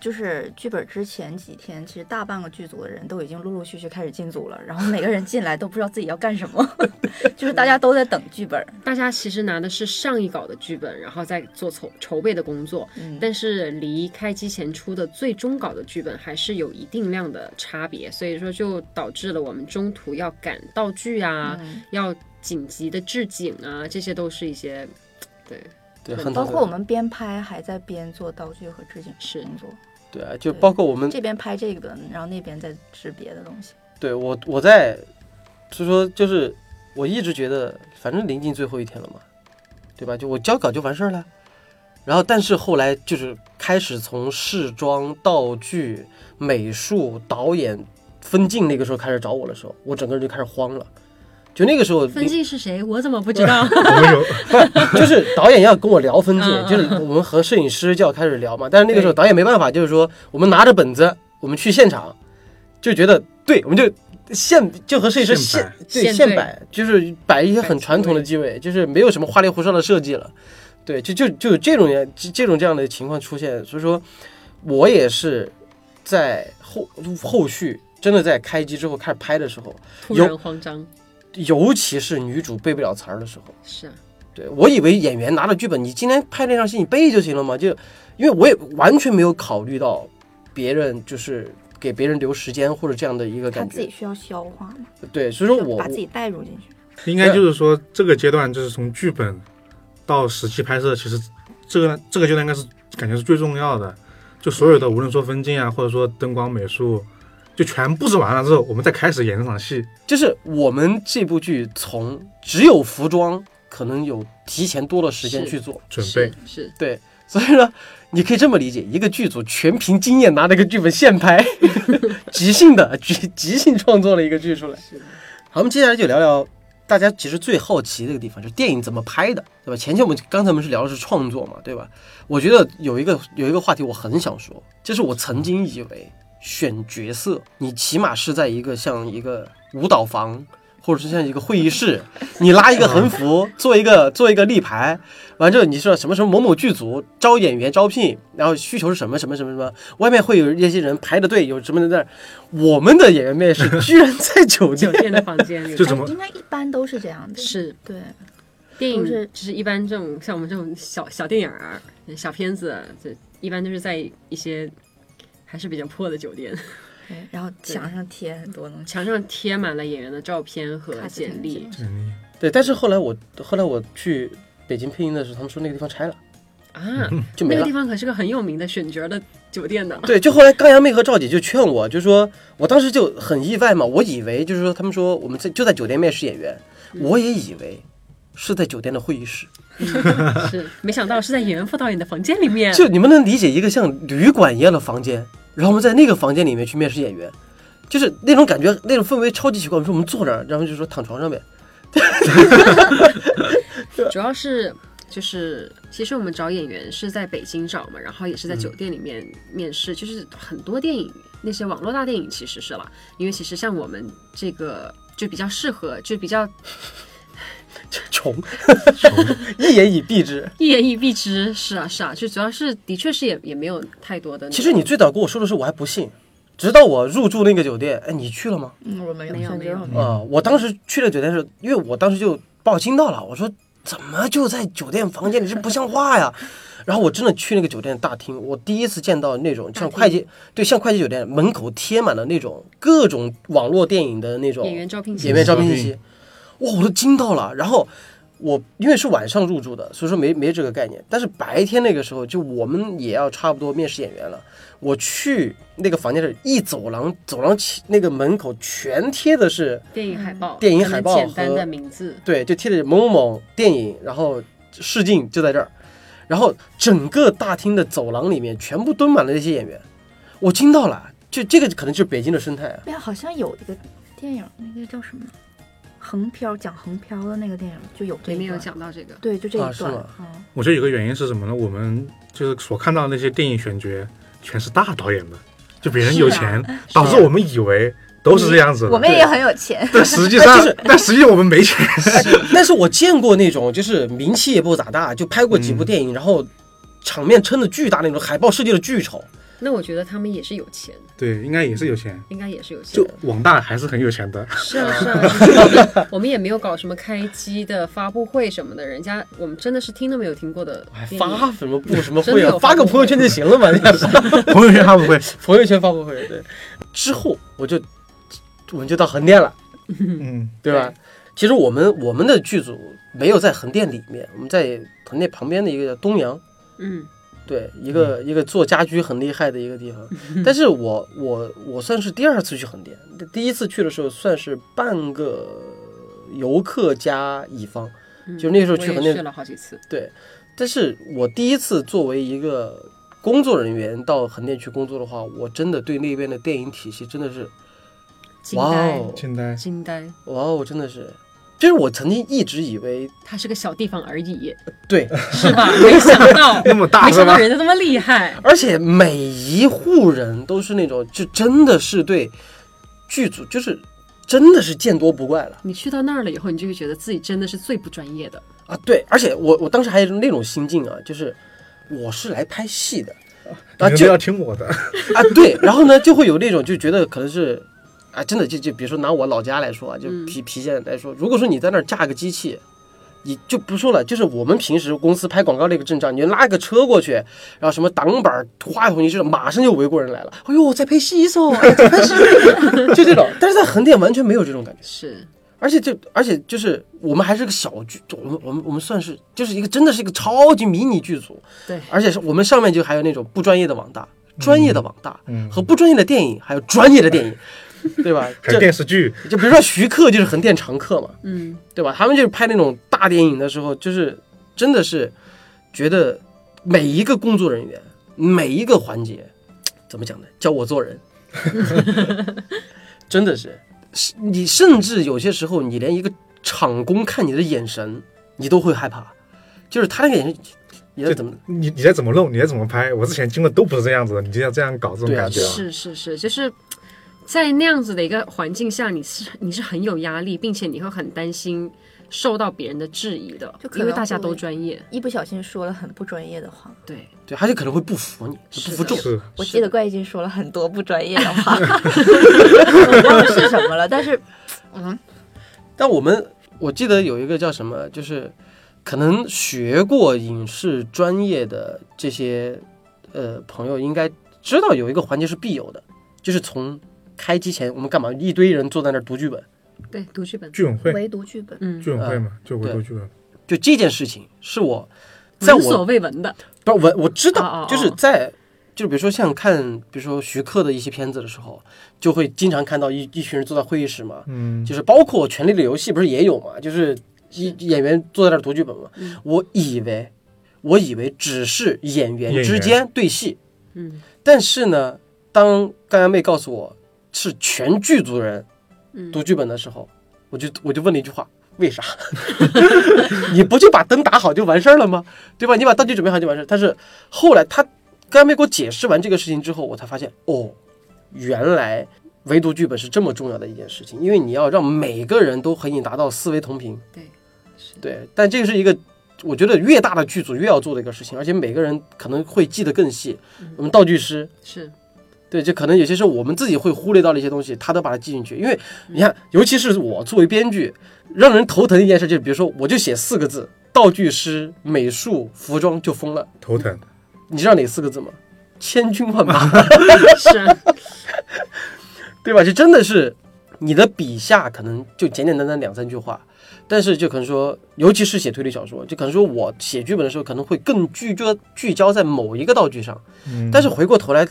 Speaker 3: 就是剧本之前几天，其实大半个剧组的人都已经陆陆续续开始进组了，然后每个人进来都不知道自己要干 什么，就是大家都在等剧本。
Speaker 2: 大家其实拿的是上一稿的剧本，然后再做筹筹备的工作，
Speaker 3: 嗯
Speaker 2: 但是离开机前出的最终稿的剧本还是有一定量的差别，所以说就导致了我们中途要赶道具啊，
Speaker 1: 嗯
Speaker 2: 要紧急的置景啊，这些都是一些，对，
Speaker 1: 对，
Speaker 2: 对
Speaker 1: 很
Speaker 3: 包
Speaker 1: 头
Speaker 3: 括我
Speaker 1: 疼。
Speaker 3: 们边拍还在边做道具和置景
Speaker 2: 是
Speaker 3: 工作，
Speaker 1: 对啊，就包括我们
Speaker 3: 这边拍这个，然后那边在制别的东西。
Speaker 1: 对我我在，所以说就是我一直觉得，反正临近最后一天了嘛，对吧？就我交稿就完事儿了。然后，但是后来就是开始从试妆、道具、美术、导演、分镜那个时候开始找我的时候，我整个人就开始慌了。就那个时候，
Speaker 2: 分镜是谁？我怎么不知道？
Speaker 4: 我们有
Speaker 1: 就是导演要跟我聊分镜
Speaker 2: 嗯，嗯
Speaker 1: 就是我们和摄影师就要开始聊嘛。但是那个时候导演没办法，就是说我们拿着本子，我们去现场，就觉得对，我们就现就和摄影师
Speaker 4: 现
Speaker 1: 现
Speaker 4: 摆
Speaker 1: 对
Speaker 2: 现
Speaker 1: 现
Speaker 2: 对
Speaker 1: 摆，就是摆一些很传统的机位，就是没有什么花里胡哨的设计了。对，就就就有这种样这这种这样的情况出现，所以说我也是在后后续真的在开机之后开始拍的时候，
Speaker 2: 突然慌张，
Speaker 1: 尤其是女主背不了词儿的时候。
Speaker 2: 是啊，
Speaker 1: 对我以为演员拿了剧本，你今天拍那场戏你背就行了嘛？就因为我也完全没有考虑到别人就是给别人留时间或者这样的一个
Speaker 3: 他
Speaker 1: 感
Speaker 3: 自己
Speaker 1: 觉。
Speaker 3: 需要消化嘛，
Speaker 1: 对，所以说
Speaker 3: 就
Speaker 1: 我
Speaker 3: 把自己带入进去。
Speaker 4: 应该就是说这个阶段就是从剧本到实际拍摄，其实这个这个阶段应该是感觉是最重要的。就所有的无论说分镜啊，或者说灯光美术，就全布置完了之后，我们再开始演这场戏。
Speaker 1: 就是我们这部剧从只有服装可能有提前多了时间
Speaker 2: 是
Speaker 1: 去做，
Speaker 4: 准备
Speaker 2: 是是
Speaker 1: 对，所以呢，你可以这么理解，一个剧组全凭经验拿了一个剧本现拍， 即兴的即即兴创作了一个剧出来。
Speaker 2: 是的，
Speaker 1: 好，我们接下来就聊聊大家其实最好奇的一个地方，就是电影怎么拍的，对吧？前期我们刚才我们是聊的是创作嘛，对吧？我觉得有一个有一个话题我很想说，就是我曾经以为选角色，你起码是在一个像一个舞蹈房。或者是像一个会议室，你拉一个横幅，做一个做一个立牌，完之后你说什么什么某某剧组招演员招聘，然后需求是什么什么什么什么，外面会有一些人排着队，有什么人在那儿，我们的演员面试居然在酒店
Speaker 2: 酒店的房 间里
Speaker 4: 就
Speaker 3: 哎
Speaker 4: 怎么
Speaker 5: 应该一般都是这样的。
Speaker 2: 是
Speaker 5: 对，
Speaker 2: 电影，
Speaker 5: 都是
Speaker 2: 就是一般这种像我们这种小小电影儿、小片子，这一般都是在一些还是比较破的酒店，
Speaker 5: 对然后墙上贴很多东西，
Speaker 2: 墙上贴满了演员的照片和
Speaker 5: 卡斯
Speaker 2: 简
Speaker 5: 汀
Speaker 2: 历
Speaker 5: 之类。的
Speaker 4: 简历
Speaker 1: 对，但是后来我后来我去北京配音的时候，他们说那个地方拆了，
Speaker 2: 啊，
Speaker 1: 就没
Speaker 2: 那个
Speaker 1: 了
Speaker 2: 地。方可是个很有名的选角的酒店 呢。
Speaker 1: 对，就后来刚阳妹和赵姐就劝我，就说我当时就很意外嘛，我以为就是说他们说我们在就在酒店面试演员，
Speaker 2: 嗯
Speaker 1: 我也以为是在酒店的会议室。
Speaker 2: 是，没想到是在演员副导演的房间里面。
Speaker 1: 就你们能理解一个像旅馆一样的房间，然后我们在那个房间里面去面试演员，就是那种感觉，那种氛围超级奇怪。我们说我们坐那儿，然后就说躺床上呗。
Speaker 2: 主要是就是，其实我们找演员是在北京找嘛，然后也是在酒店里面面试，就是很多电影那些网络大电影其实是啦，因为其实像我们这个就比较适合，就比较
Speaker 1: 穷， 一言以蔽之。
Speaker 2: 一言以蔽之，是啊是啊，就主要是的确是也也没有太多的那种。
Speaker 1: 其实你最早跟我说的时候，我还不信，直到我入住那个酒店，哎，你去了吗？
Speaker 5: 嗯，我没有，
Speaker 2: 没有
Speaker 5: 选
Speaker 2: 没
Speaker 5: 择
Speaker 2: 有
Speaker 5: 我没有，
Speaker 1: 啊、我当时去了酒店是，因为我当时就把我惊到了，我说怎么就在酒店房间里，这不像话呀！ 然后我真的去那个酒店大厅，我第一次见到那种像快捷对像快捷酒店门口贴满了那种各种网络电影的那种
Speaker 2: 演员招聘信息
Speaker 1: 演员招聘信息，哇，我都惊到了。然后我因为是晚上入住的，所以说没没这个概念。但是白天那个时候，就我们也要差不多面试演员了。我去那个房间的一走廊，走廊起那个门口全贴的是
Speaker 2: 电影海报、
Speaker 1: 嗯电影海报
Speaker 2: 可能简单
Speaker 1: 和
Speaker 2: 的名字，
Speaker 1: 对，就贴的某某某电影，然后试镜就在这儿，然后整个大厅的走廊里面全部蹲满了这些演员，我惊到了，就这个可能就是北京的生态啊。
Speaker 5: 哎呀，好像有一个电影，那个叫什么，横漂，讲横漂的那个电影就有这
Speaker 2: 里
Speaker 5: 一
Speaker 2: 面有
Speaker 5: 段，
Speaker 2: 讲到这个。
Speaker 5: 对，就这
Speaker 1: 啊
Speaker 5: 一
Speaker 1: 是
Speaker 5: 段
Speaker 1: 吗，
Speaker 5: 嗯，
Speaker 4: 我觉得有个原因是什么呢？我们就是所看到的那些电影选角全是大导演的，就别人有钱，导致我们以为都是这样子的。
Speaker 5: 啊我们也很有钱，
Speaker 4: 但实 际上，
Speaker 1: 但就是
Speaker 4: 但实际我们没钱。
Speaker 1: 哎 但是我见过那种就是名气也不咋大，就拍过几部电影，然后场面撑的巨大那种，海报设计的巨丑。
Speaker 2: 那我觉得他们也是有钱，
Speaker 4: 对，应该也是有钱，
Speaker 2: 应该也是有钱
Speaker 4: 就
Speaker 2: 的。
Speaker 4: 网大还是很有 钱的。
Speaker 2: 是啊是啊，就是我们我们也没有搞什么开机的发布会什么的，人家我们真的是听都没有听过的
Speaker 1: 哎
Speaker 2: 电影。
Speaker 1: 发什么不什么
Speaker 2: 真的
Speaker 1: 会啊？
Speaker 2: 有发
Speaker 1: 发个
Speaker 2: 布
Speaker 1: 朋友圈就行了嘛，
Speaker 4: 朋友圈发布会，
Speaker 1: 朋友圈发布会。对，之后我就我们就到横店了。
Speaker 4: 嗯，
Speaker 1: 对吧？其实我们我们的剧组没有在横店里面，我们在横店旁边的一个叫东阳，
Speaker 2: 嗯，
Speaker 1: 对，一个、一个做家居很厉害的一个地 方。但是我我我算是第二次去横店，第一次去的时候算是半个游客加乙方，
Speaker 2: 嗯
Speaker 1: 就那时候去
Speaker 2: 我也
Speaker 1: 横店
Speaker 2: 去了好几次。
Speaker 1: 对，但是我第一次作为一个工作人员到横店去工作的话，我真的对那边的电影体系真的是
Speaker 2: 惊
Speaker 1: 哇
Speaker 2: 呆，
Speaker 1: 哦
Speaker 4: 现在
Speaker 2: 惊呆，
Speaker 1: 哇哦，真的是，就是我曾经一直以为
Speaker 2: 它是个小地方 而已，
Speaker 1: 对
Speaker 2: 是吧？没想 到
Speaker 4: 那么大
Speaker 2: 没
Speaker 4: 是
Speaker 2: 想到
Speaker 4: 吧？
Speaker 2: 人家这么厉害。
Speaker 1: 而且每一户人都是那种，就真的是对剧组，就是真的是见多不怪了
Speaker 2: 你去到那儿了以后，你就会觉得自己真的是最不专业的。
Speaker 1: 啊！对，而且我我当时还有那种心境啊，就是我是来拍戏的，啊
Speaker 4: 你们都
Speaker 1: 就
Speaker 4: 要听 我的。
Speaker 1: 啊对，然后呢就会有那种就觉得可能是。啊，真的，就就比如说拿我老家来说啊，就郫郫县来说，如果说你在那儿架个机器，你就不说了，就是我们平时公司拍广告那个阵仗，你拉个车过去，然后什么挡板、话筒一这种，马上就围过人来了。哎呦，我在拍戏哦，哎在拍戏， 就这种。但是在横店完全没有这种感觉，
Speaker 2: 是，
Speaker 1: 而且就而且就是我们还是个小剧，我们我们我们算是就是一个真的是一个超级迷你剧组，
Speaker 2: 对，
Speaker 1: 而且是我们上面就还有那种不专业的网大、专业的网大、
Speaker 4: 嗯
Speaker 1: 和不专业的电影，还有专业的电影，对吧？
Speaker 4: 还有
Speaker 1: 这
Speaker 4: 电视剧，
Speaker 1: 就比如说徐克就是横店常客嘛，
Speaker 2: 嗯，
Speaker 1: 对吧？他们就是拍那种大电影的时候，就是真的是觉得每一个工作人员，每一个环节，怎么讲呢？教我做人， 真的是，是你甚至有些时候，你连一个场工看你的眼神，你都会害怕，就是他那个眼神，你在
Speaker 4: 就
Speaker 1: 怎么？
Speaker 4: 你你再怎么弄，你再怎么拍，我之前经过都不是这样子的，你就要这样搞这种
Speaker 1: 对啊
Speaker 4: 感觉
Speaker 1: 对
Speaker 4: 啊
Speaker 1: 啊。
Speaker 2: 是是是，就是在那样子的一个环境下，你是你是很有压力，并且你会很担心受到别人的质疑的
Speaker 5: 就，可
Speaker 2: 因为
Speaker 5: 能
Speaker 2: 大家
Speaker 5: 会
Speaker 2: 都专业。
Speaker 5: 一不小心说了很不专业的话。
Speaker 2: 对，
Speaker 1: 对，他就可能会不服你，
Speaker 2: 是
Speaker 1: 不服
Speaker 2: 的
Speaker 1: 众。
Speaker 4: 是
Speaker 5: 我
Speaker 2: 是
Speaker 5: 记得
Speaker 2: 的
Speaker 5: 怪已经说了很多不专业的 话，我忘了是什么了，但是
Speaker 1: 但我们我记得有一个叫什么，就是可能学过影视专业的这些呃朋友应该知道有一个环节是必有的，就是从开机前我们干嘛一堆人坐在那儿读剧本，
Speaker 2: 对，读剧本，
Speaker 4: 剧委会，
Speaker 5: 唯独剧本，
Speaker 2: 嗯，
Speaker 4: 剧委会嘛，就唯独剧本。
Speaker 1: 就这件事情是我在
Speaker 2: 闻所
Speaker 1: 我
Speaker 2: 未闻的，
Speaker 1: 不是我我知
Speaker 2: 哦哦
Speaker 1: 道
Speaker 2: 哦，
Speaker 1: 就是在。就比如说像看，比如说徐克的一些片子的时候，就会经常看到一一群人坐在会议室嘛，
Speaker 4: 嗯，
Speaker 1: 就是包括《权力的游戏》不是也有嘛，就是嗯一演员坐在那儿读剧本嘛。我以为，我以为只是演员之间对戏，
Speaker 2: 嗯
Speaker 1: 但是呢，当干阳妹告诉我是全剧组人
Speaker 2: 嗯，
Speaker 1: 读剧本的时候，我就我就问了一句话。为啥？ 你不就把灯打好就完事儿了吗？对吧？你把道具准备好就完事儿。但是后来他干阳妹给我解释完这个事情之后，我才发现，哦，原来唯独剧本是这么重要的一件事情，因为你要让每个人都和你达到思维同频。
Speaker 2: 对，是
Speaker 1: 对，但这个是一个，我觉得越大的剧组越要做的一个事情，而且每个人可能会记得更细。我们道具师，
Speaker 2: 是，
Speaker 1: 对，就可能有些时候我们自己会忽略到的一些东西，他都把它记进去。因为你看，尤其是我作为编剧，让人头疼的一件事就是，比如说我就写四个字：道具师、美术、服装就疯了。
Speaker 4: 头疼。
Speaker 1: 你知道哪四个字吗？千军万马。
Speaker 2: 是啊，
Speaker 1: 对吧？这真的是你的笔下可能就简简单单两三句话，但是就可能说，尤其是写推理小说，就可能说我写剧本的时候可能会更聚焦聚焦在某一个道具上，
Speaker 4: 嗯
Speaker 1: 但是回过头来，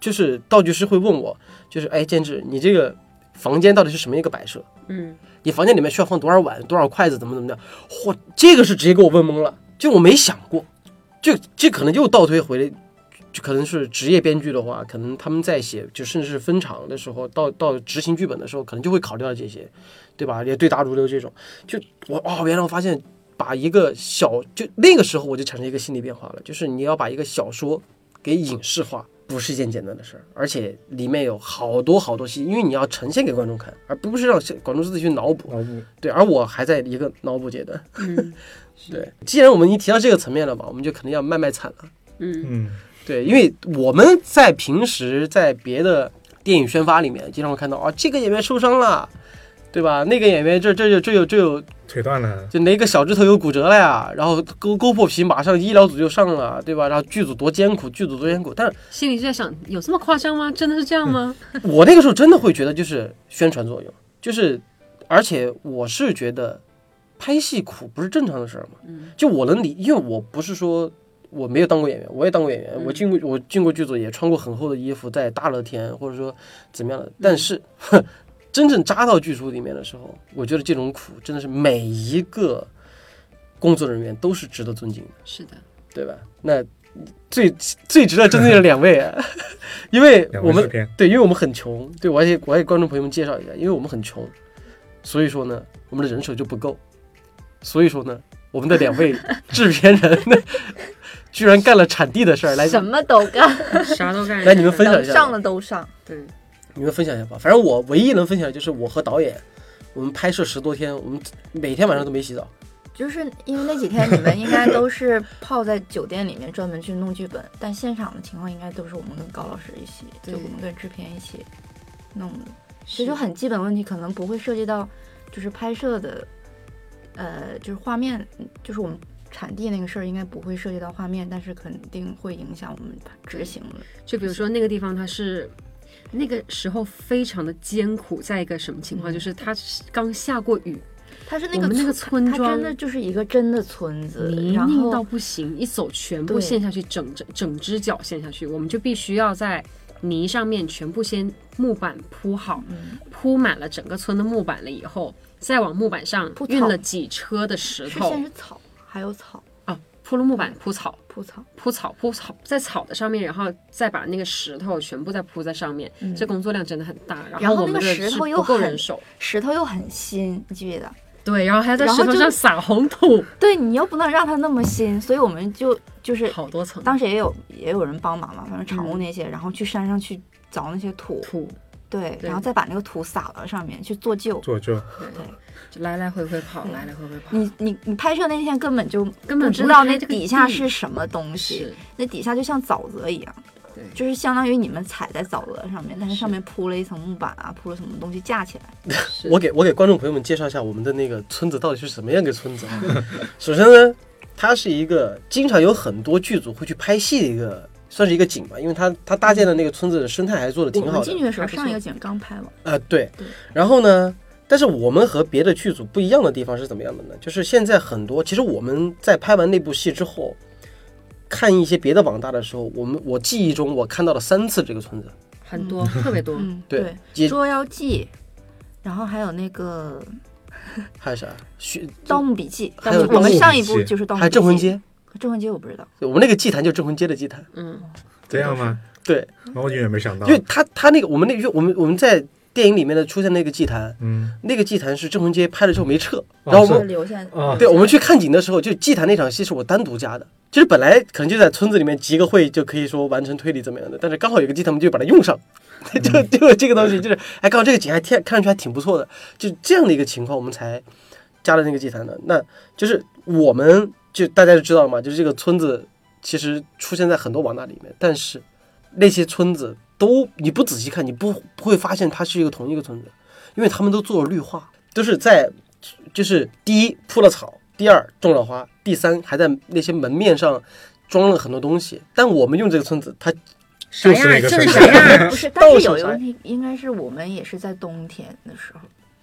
Speaker 1: 就是道具师会问我，就是哎，监制，你这个房间到底是什么一个摆设？
Speaker 2: 嗯，
Speaker 1: 你房间里面需要放多少碗、多少筷子，怎么怎么样？嚯，这个是直接给我问懵了，就我没想过，就这可能又倒推回来，就可能是职业编剧的话，可能他们在写就甚至是分场的时候，到到执行剧本的时候，可能就会考虑到这些，对吧？也对答如流这种，就我哦，原来我发现把一个小就那个时候我就产生一个心理变化了，就是你要把一个小说给影视化。不是一件简单的事儿，而且里面有好多好多戏，因为你要呈现给观众看，而不是让观众自己去脑补。
Speaker 4: 脑补嗯
Speaker 1: 对，而我还在一个脑补阶段。 对，既然我们已经提到这个层面了吧，我们就可能要卖卖惨了。
Speaker 4: 嗯，
Speaker 1: 对，因为我们在平时在别的电影宣发里面经常会看到啊，这个演员受伤了，对吧？那个演员这这有这有这有
Speaker 4: 腿断了，
Speaker 1: 就哪个小指头有骨折了呀，然后勾勾破皮，马上医疗组就上了，对吧？然后剧组多艰苦，剧组多艰苦。但是
Speaker 2: 心里就在想，有这么夸张吗？真的是这样吗？
Speaker 1: 我那个时候真的会觉得就是宣传作用，就是而且我是觉得拍戏苦不是正常的事儿嘛。
Speaker 2: 嗯
Speaker 1: 就我能理，因为我不是说我没有当过演员，我也当过演员，
Speaker 2: 嗯
Speaker 1: 我进过我进过剧组，也穿过很厚的衣服，在大热天或者说怎么样
Speaker 2: 嗯
Speaker 1: 的，但是、 哼，真正扎到剧组里面的时候，我觉得这种苦真的是每一个工作人员都是值得尊敬的，
Speaker 2: 是的，
Speaker 1: 对吧？那最最值得尊敬的两位啊， 因为
Speaker 4: 两
Speaker 1: 我
Speaker 4: 位
Speaker 1: 们
Speaker 4: 制片
Speaker 1: 对，因为我们很穷，对我还给我还给观众朋友们介绍一下，因为我们很穷，所以说呢，我们的人手就不够，所以说呢，我们的 两位制片人呢，居然干了产地的事儿，来，
Speaker 5: 什么都 干，
Speaker 2: 啥都干。
Speaker 1: 来你们分享
Speaker 5: 能
Speaker 1: 一下
Speaker 5: 上了都上。
Speaker 2: 对，
Speaker 1: 你们分享一下吧。反正我唯一能分享的就是我和导演，我们拍摄十多天，我们每天晚上都没洗澡，
Speaker 5: 就是因为那几天你们应该都是泡在酒店里面专门去弄剧本，但现场的情况应该都是我们跟高老师一起，
Speaker 2: 对
Speaker 5: 就我们跟制片一起弄的，
Speaker 2: 是
Speaker 5: 所以就很基本问题可能不会涉及到就是拍摄的，呃，就是画面，就是我们产地那个事儿应该不会涉及到画面，但是肯定会影响我们执行的。
Speaker 2: 就比如说那个地方，它是那个时候非常的艰苦，在一个什么情况？就是它是刚下过雨，
Speaker 5: 它嗯是那
Speaker 2: 我
Speaker 5: 个
Speaker 2: 们那个
Speaker 5: 村
Speaker 2: 村
Speaker 5: 它真
Speaker 2: 庄
Speaker 5: 的就是一个真的村子，
Speaker 2: 泥
Speaker 5: 然
Speaker 2: 泞到
Speaker 5: 后
Speaker 2: 不行，一走全部
Speaker 5: 对
Speaker 2: 陷下去，整整整只脚陷下去，我们就必须要在泥上面全部先木板铺好，
Speaker 3: 嗯
Speaker 2: 铺满了整个村的木板了以后，再往木板上
Speaker 5: 铺草
Speaker 2: 运了几车的石
Speaker 5: 是
Speaker 2: 头
Speaker 5: 先是草，还有草
Speaker 2: 啊，铺了木板铺草，
Speaker 3: 铺草，
Speaker 2: 铺草铺草在草的上面，然后再把那个石头全部再铺在上面，
Speaker 3: 嗯
Speaker 2: 这工作量真的很大。
Speaker 3: 然后
Speaker 2: 我们
Speaker 3: 那
Speaker 2: 的
Speaker 3: 个石
Speaker 2: 是
Speaker 3: 头又
Speaker 2: 不够
Speaker 3: 很
Speaker 2: 人手，
Speaker 3: 石头又很新，你记不记得？
Speaker 2: 对，然后还要在
Speaker 3: 然
Speaker 2: 石
Speaker 3: 后
Speaker 2: 头
Speaker 3: 就
Speaker 2: 上撒红土，
Speaker 3: 对你又不能让它那么新，所以我们就就是
Speaker 2: 好多层
Speaker 3: 当时也有也有人帮忙嘛，反正常务
Speaker 2: 嗯
Speaker 3: 那些，然后去山上去凿那些土，
Speaker 2: 土，
Speaker 3: 对，
Speaker 2: 对
Speaker 3: 然后再把那个土撒到上面去做旧。
Speaker 4: 做就
Speaker 2: 对，就来来回回跑，来来回回跑，
Speaker 3: 嗯你你你拍摄那天根本就
Speaker 2: 根本
Speaker 3: 不
Speaker 2: 不
Speaker 3: 知
Speaker 2: 会
Speaker 3: 道
Speaker 2: 拍
Speaker 3: 那
Speaker 2: 这个
Speaker 3: 底下
Speaker 2: 地
Speaker 3: 是什么东西
Speaker 2: 是，
Speaker 3: 那底下就像沼泽一样
Speaker 2: 对，
Speaker 3: 就是相当于你们踩在沼泽上面，但是上
Speaker 2: 是
Speaker 3: 面铺了一层木板啊，铺了什么东西架起来。
Speaker 2: 是
Speaker 1: 我给我给观众朋友们介绍一下我们的那个村子到底是什么样一个村子啊。首先呢，它是一个经常有很多剧组会去拍戏的一个，算是一个景吧，因为它它搭建的那个村子的生态还做的
Speaker 3: 我
Speaker 1: 挺
Speaker 3: 们
Speaker 1: 好
Speaker 3: 进
Speaker 1: 的。
Speaker 3: 去的时候，
Speaker 2: 还不
Speaker 3: 上一个
Speaker 2: 错
Speaker 3: 景刚拍完，
Speaker 1: 呃，对
Speaker 3: 对。
Speaker 1: 然后呢，但是我们和别的剧组不一样的地方是怎么样的呢？就是现在很多，其实我们在拍完那部戏之后，看一些别的网大的时候，我们我记忆中我看到了三次这个村子。
Speaker 2: 很多特别多，
Speaker 3: 嗯，
Speaker 1: 对，也
Speaker 3: 捉妖记》，然后还有那个
Speaker 1: 还有啥？徐
Speaker 3: 《盗墓笔记》，
Speaker 1: 还有
Speaker 3: 我们
Speaker 1: 盗墓
Speaker 3: 上一
Speaker 4: 笔
Speaker 3: 部
Speaker 4: 记
Speaker 3: 就是《盗墓
Speaker 1: 还
Speaker 3: 笔
Speaker 1: 有
Speaker 3: 记》。
Speaker 1: 镇魂，街，
Speaker 3: 镇魂街我不知道，
Speaker 1: 我们那个祭坛就是镇魂街的祭坛。
Speaker 2: 嗯，
Speaker 4: 这样吗？
Speaker 1: 对，
Speaker 4: 那我永远没想到
Speaker 1: 因。为他他那个我们那个我们我们在电影里面的出现那个祭坛，
Speaker 4: 嗯，
Speaker 1: 那个祭坛是郑鸿街拍了之后没撤，然后我
Speaker 4: 是
Speaker 3: 就
Speaker 1: 们、
Speaker 3: 留下。
Speaker 4: 啊，
Speaker 1: 对我们去看景的时候，就祭坛那场戏是我单独加的，就是本来可能就在村子里面集个会就可以说完成推理怎么样的，但是刚好有个祭坛，我们就把它用上， 就就这个东西就是哎，刚好这个景还挺看上去还挺不错的，就这样的一个情况，我们才加了那个祭坛的。那就是我们就大家就知道了嘛，就是这个村子其实出现在很多网大里面，但是那些村子都你不仔细看，你不不会发现它是一个同一个村子，因为他们都做了绿化，都是在就是第一铺了草，第二种了花，第三还在那些门面上装了很多东西。但我们用这个村子，它
Speaker 2: 啥
Speaker 4: 就是
Speaker 2: 呀？
Speaker 4: 那个
Speaker 2: 这是
Speaker 4: 村
Speaker 2: 啥
Speaker 4: 子
Speaker 2: 呀？
Speaker 3: 不是，
Speaker 1: 到
Speaker 3: 但是
Speaker 1: 手
Speaker 3: 有一个
Speaker 1: 才
Speaker 3: 问题，应该是我们也是在冬天的时候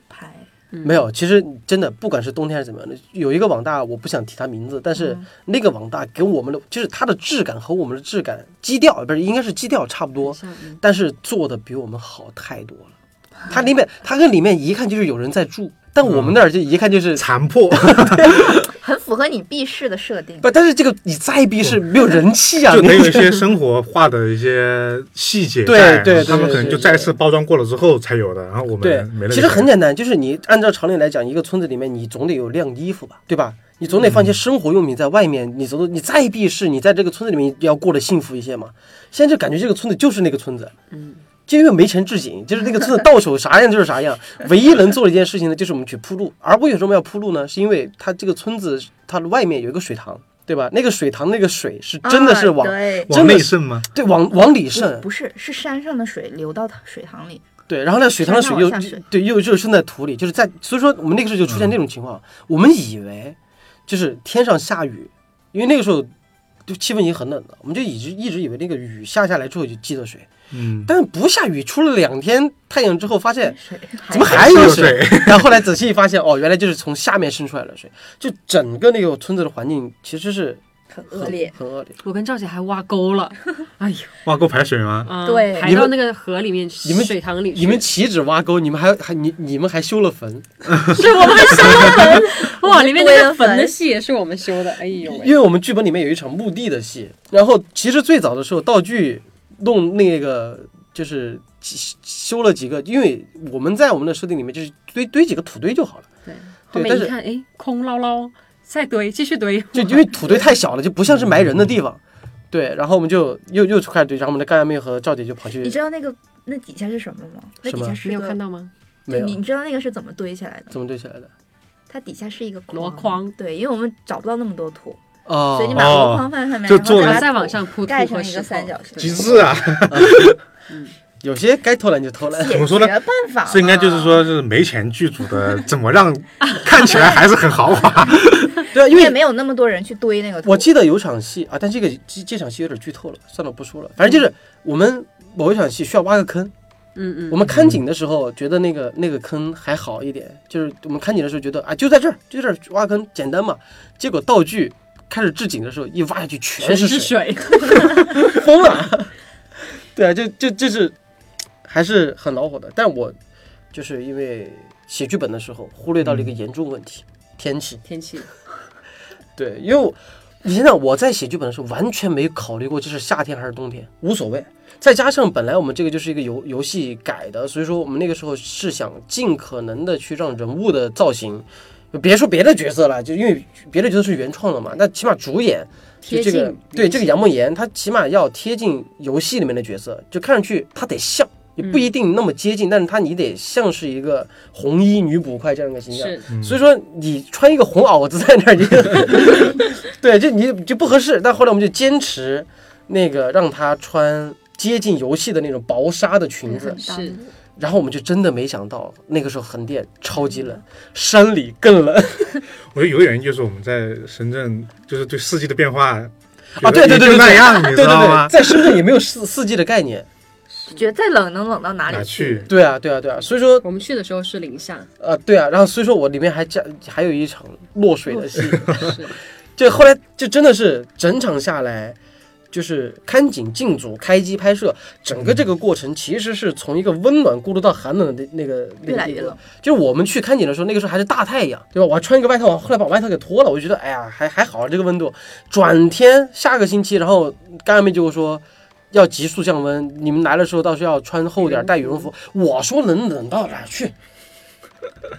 Speaker 3: 拍。
Speaker 1: 没有。其实真的，不管是冬天还是怎么样的，有一个网大，我不想提他名字，但是那个网大给我们的，就是它的质感和我们的质感基调，不是应该是基调差不多，
Speaker 2: 像嗯
Speaker 1: 但是做的比我们好太多了。它里面，它跟里面一看就是有人在住，但我们那儿就一看就是
Speaker 4: 残破，
Speaker 3: 很符合你避世的设定。
Speaker 1: 不，但是这个你再逼是没有人气啊！
Speaker 4: 就
Speaker 1: 你
Speaker 4: 得有一些生活化的一些细节
Speaker 1: 对
Speaker 4: 在
Speaker 1: 对对
Speaker 4: 他们可能
Speaker 1: 对
Speaker 4: 就
Speaker 1: 对
Speaker 4: 再次包装过了之后才有的，然后我
Speaker 1: 对
Speaker 4: 们没，了。
Speaker 1: 其实很，简单，就是你按照常理来讲，一个村子里面你总得有晾衣服吧，对吧？你总得放一些
Speaker 4: 嗯
Speaker 1: 生活用品在外面，你总你再避世，你在这个村子里面要过得幸福一些嘛。现在就感觉这个村子就是那个村子，
Speaker 2: 嗯，
Speaker 1: 就因为没钱置景，就是那个村子到手啥样就是啥样。唯一能做的一件事情呢，就是我们去铺路。而为什么要铺路呢？是因为它这个村子它的外面有一个水塘，对吧？那个水塘那个水是真的是往、
Speaker 3: 啊对，嗯
Speaker 1: 真
Speaker 4: 往
Speaker 1: 的
Speaker 4: 内
Speaker 1: 是
Speaker 4: 渗吗？
Speaker 1: 对往往里渗，
Speaker 3: 不是是山上的水流到水塘里，
Speaker 1: 对，然后那水塘的水
Speaker 3: 山上
Speaker 1: 又
Speaker 3: 往下水
Speaker 1: 对又又渗在土里，就是在所以说我们那个时候就出现这种情况，我们以为就是天上下雨，因为那个时候就气温已经很冷了，我们就一直一直以为那个雨下下来之后就积了水，
Speaker 4: 嗯，
Speaker 1: 但是不下雨，出了两天太阳之后发现
Speaker 3: 水
Speaker 1: 怎么还有水？然后后来仔细一发现，哦，原来就是从下面渗出来的水，就整个那个村子的环境其实是
Speaker 3: 很
Speaker 1: 很
Speaker 3: 恶劣。
Speaker 1: 很恶劣。
Speaker 2: 我跟赵姐还挖沟了，哎呦，
Speaker 4: 挖沟排水吗？
Speaker 1: 嗯
Speaker 2: 啊
Speaker 3: 对
Speaker 2: 排
Speaker 1: 你
Speaker 2: 到
Speaker 1: 们
Speaker 2: 那个河里面，
Speaker 1: 你们
Speaker 2: 水塘里去，
Speaker 1: 你们岂止挖沟，你们还还你你们还修了坟，
Speaker 2: 是我 们还修了坟，哇，里面那
Speaker 3: 堆
Speaker 2: 个
Speaker 3: 了
Speaker 2: 坟的
Speaker 3: 坟
Speaker 2: 戏也是我们修的，哎呦喂，
Speaker 1: 因为我们剧本里面有一场墓地的戏，然后其实最早的时候道具弄那个就是几修了几个，因为我们在我们的设定里面就是堆堆几个土堆就好了，
Speaker 2: 对，后
Speaker 1: 对
Speaker 2: 面
Speaker 1: 但
Speaker 2: 一
Speaker 1: 是
Speaker 2: 看，哎，空捞捞，再堆，继续堆，
Speaker 1: 就因为土堆太小了，就不像是埋人的地方。对，然后我们就又又开始堆，然后我们的干辣妹和赵姐就跑去
Speaker 3: 你知道那个那底下是什么吗？那
Speaker 1: 什
Speaker 3: 底
Speaker 1: 么
Speaker 3: 下
Speaker 2: 你
Speaker 3: 是
Speaker 2: 有
Speaker 3: 个
Speaker 2: 看到吗？
Speaker 1: 没有
Speaker 3: 你你知道那个是怎么堆起来的吗？
Speaker 1: 怎么堆起来的
Speaker 3: 它底下是一个
Speaker 2: 箩筐
Speaker 3: 对，因为我们找不到那么多土，
Speaker 1: 哦
Speaker 3: 所以你把箩筐放在上面，
Speaker 4: 就
Speaker 3: 然后
Speaker 4: 做
Speaker 3: 把
Speaker 2: 然
Speaker 3: 它
Speaker 2: 后再往上铺
Speaker 3: 盖
Speaker 2: 土和
Speaker 3: 成一
Speaker 2: 石
Speaker 3: 个
Speaker 2: 头
Speaker 3: 三角形
Speaker 4: 极致啊！
Speaker 1: 有些该偷懒就偷懒，
Speaker 3: 解
Speaker 4: 怎么说呢
Speaker 3: 决办
Speaker 1: 啊
Speaker 3: 法
Speaker 4: 这应该就是
Speaker 3: 嘛，
Speaker 4: 说是没钱剧组的， 怎么 让看起来还是很豪华？
Speaker 1: 对啊，因
Speaker 3: 因为
Speaker 1: 为
Speaker 3: 没有那么多人去堆那个土。
Speaker 1: 我记得有场戏啊，但这个这这场戏有点剧透了，算了不说了，反正就是我们某一场戏需要挖个坑。
Speaker 2: 嗯嗯，
Speaker 1: 我们看景的时候觉得那个那个坑还好一点，就是我们看景的时候觉得啊就在这儿，就在这儿挖坑简单嘛。结果道具开始置景的时候一挖下去全
Speaker 2: 全
Speaker 1: 是
Speaker 2: 是水，
Speaker 1: 嗯疯了。 对啊，就就就是还是很恼火的。但我就是因为写剧本
Speaker 2: 嗯
Speaker 1: 的时候忽略到了一个严重问题，天气。
Speaker 2: 天气
Speaker 1: 对，因为我你想想，我在写剧本的时候完全没考虑过这是夏天还是冬天，无所谓。再加上本来我们这个就是一个游游戏改的，所以说我们那个时候是想尽可能的去让人物的造型，别说别的角色了，就因为别的角色是原创的嘛，那起码主演就
Speaker 2: 贴
Speaker 1: 这
Speaker 2: 近
Speaker 1: 个对这个杨梦妍，她起码要贴近游戏里面的角色，就看上去她得像。也
Speaker 2: 嗯
Speaker 1: 不一定那么接近，但是她你得像是一个红衣女捕快这样一个形象，
Speaker 2: 是
Speaker 4: 嗯
Speaker 1: 所以说你穿一个红袄子在那儿，你 对，就你就不合适。但后来我们就坚持那个让她穿接近游戏的那种薄纱的裙子，
Speaker 2: 是
Speaker 1: 然后我们就真的没想到，那个时候横店超级冷，山里更冷
Speaker 4: 我觉得有个原因就是我们在深圳，就是对四季的变化哦
Speaker 1: 啊！对对对对，
Speaker 4: 就那样，你
Speaker 1: 对
Speaker 4: 知
Speaker 1: 对
Speaker 4: 道吗
Speaker 1: 对，？在深圳也没有四四季的概念。
Speaker 5: 觉得再冷能冷到哪里
Speaker 4: 哪去？
Speaker 1: 对啊，对啊，对啊，所以说
Speaker 2: 我们去的时候是零下，
Speaker 1: 呃，对啊，然后所以说我里面还加还有一场落水的戏，
Speaker 2: 是
Speaker 1: 就后来就真的是整场下来，就是看景进组开机拍摄，整个这个过程其实是从一个温暖过渡到寒冷的那那个那
Speaker 5: 越
Speaker 1: 个
Speaker 5: 来
Speaker 1: 地
Speaker 5: 越
Speaker 1: 步
Speaker 5: 冷。
Speaker 1: 就我们去看景的时候，那个时候还是大太阳，对吧？我还穿一个外套，后来把外套给脱了，我就觉得哎呀，还还好这个温度。转天下个星期，然后干妹就说。要急速降温，你们来的时候倒是要穿厚
Speaker 5: 嗯
Speaker 1: 点儿，带羽绒服。我说冷冷到哪儿去？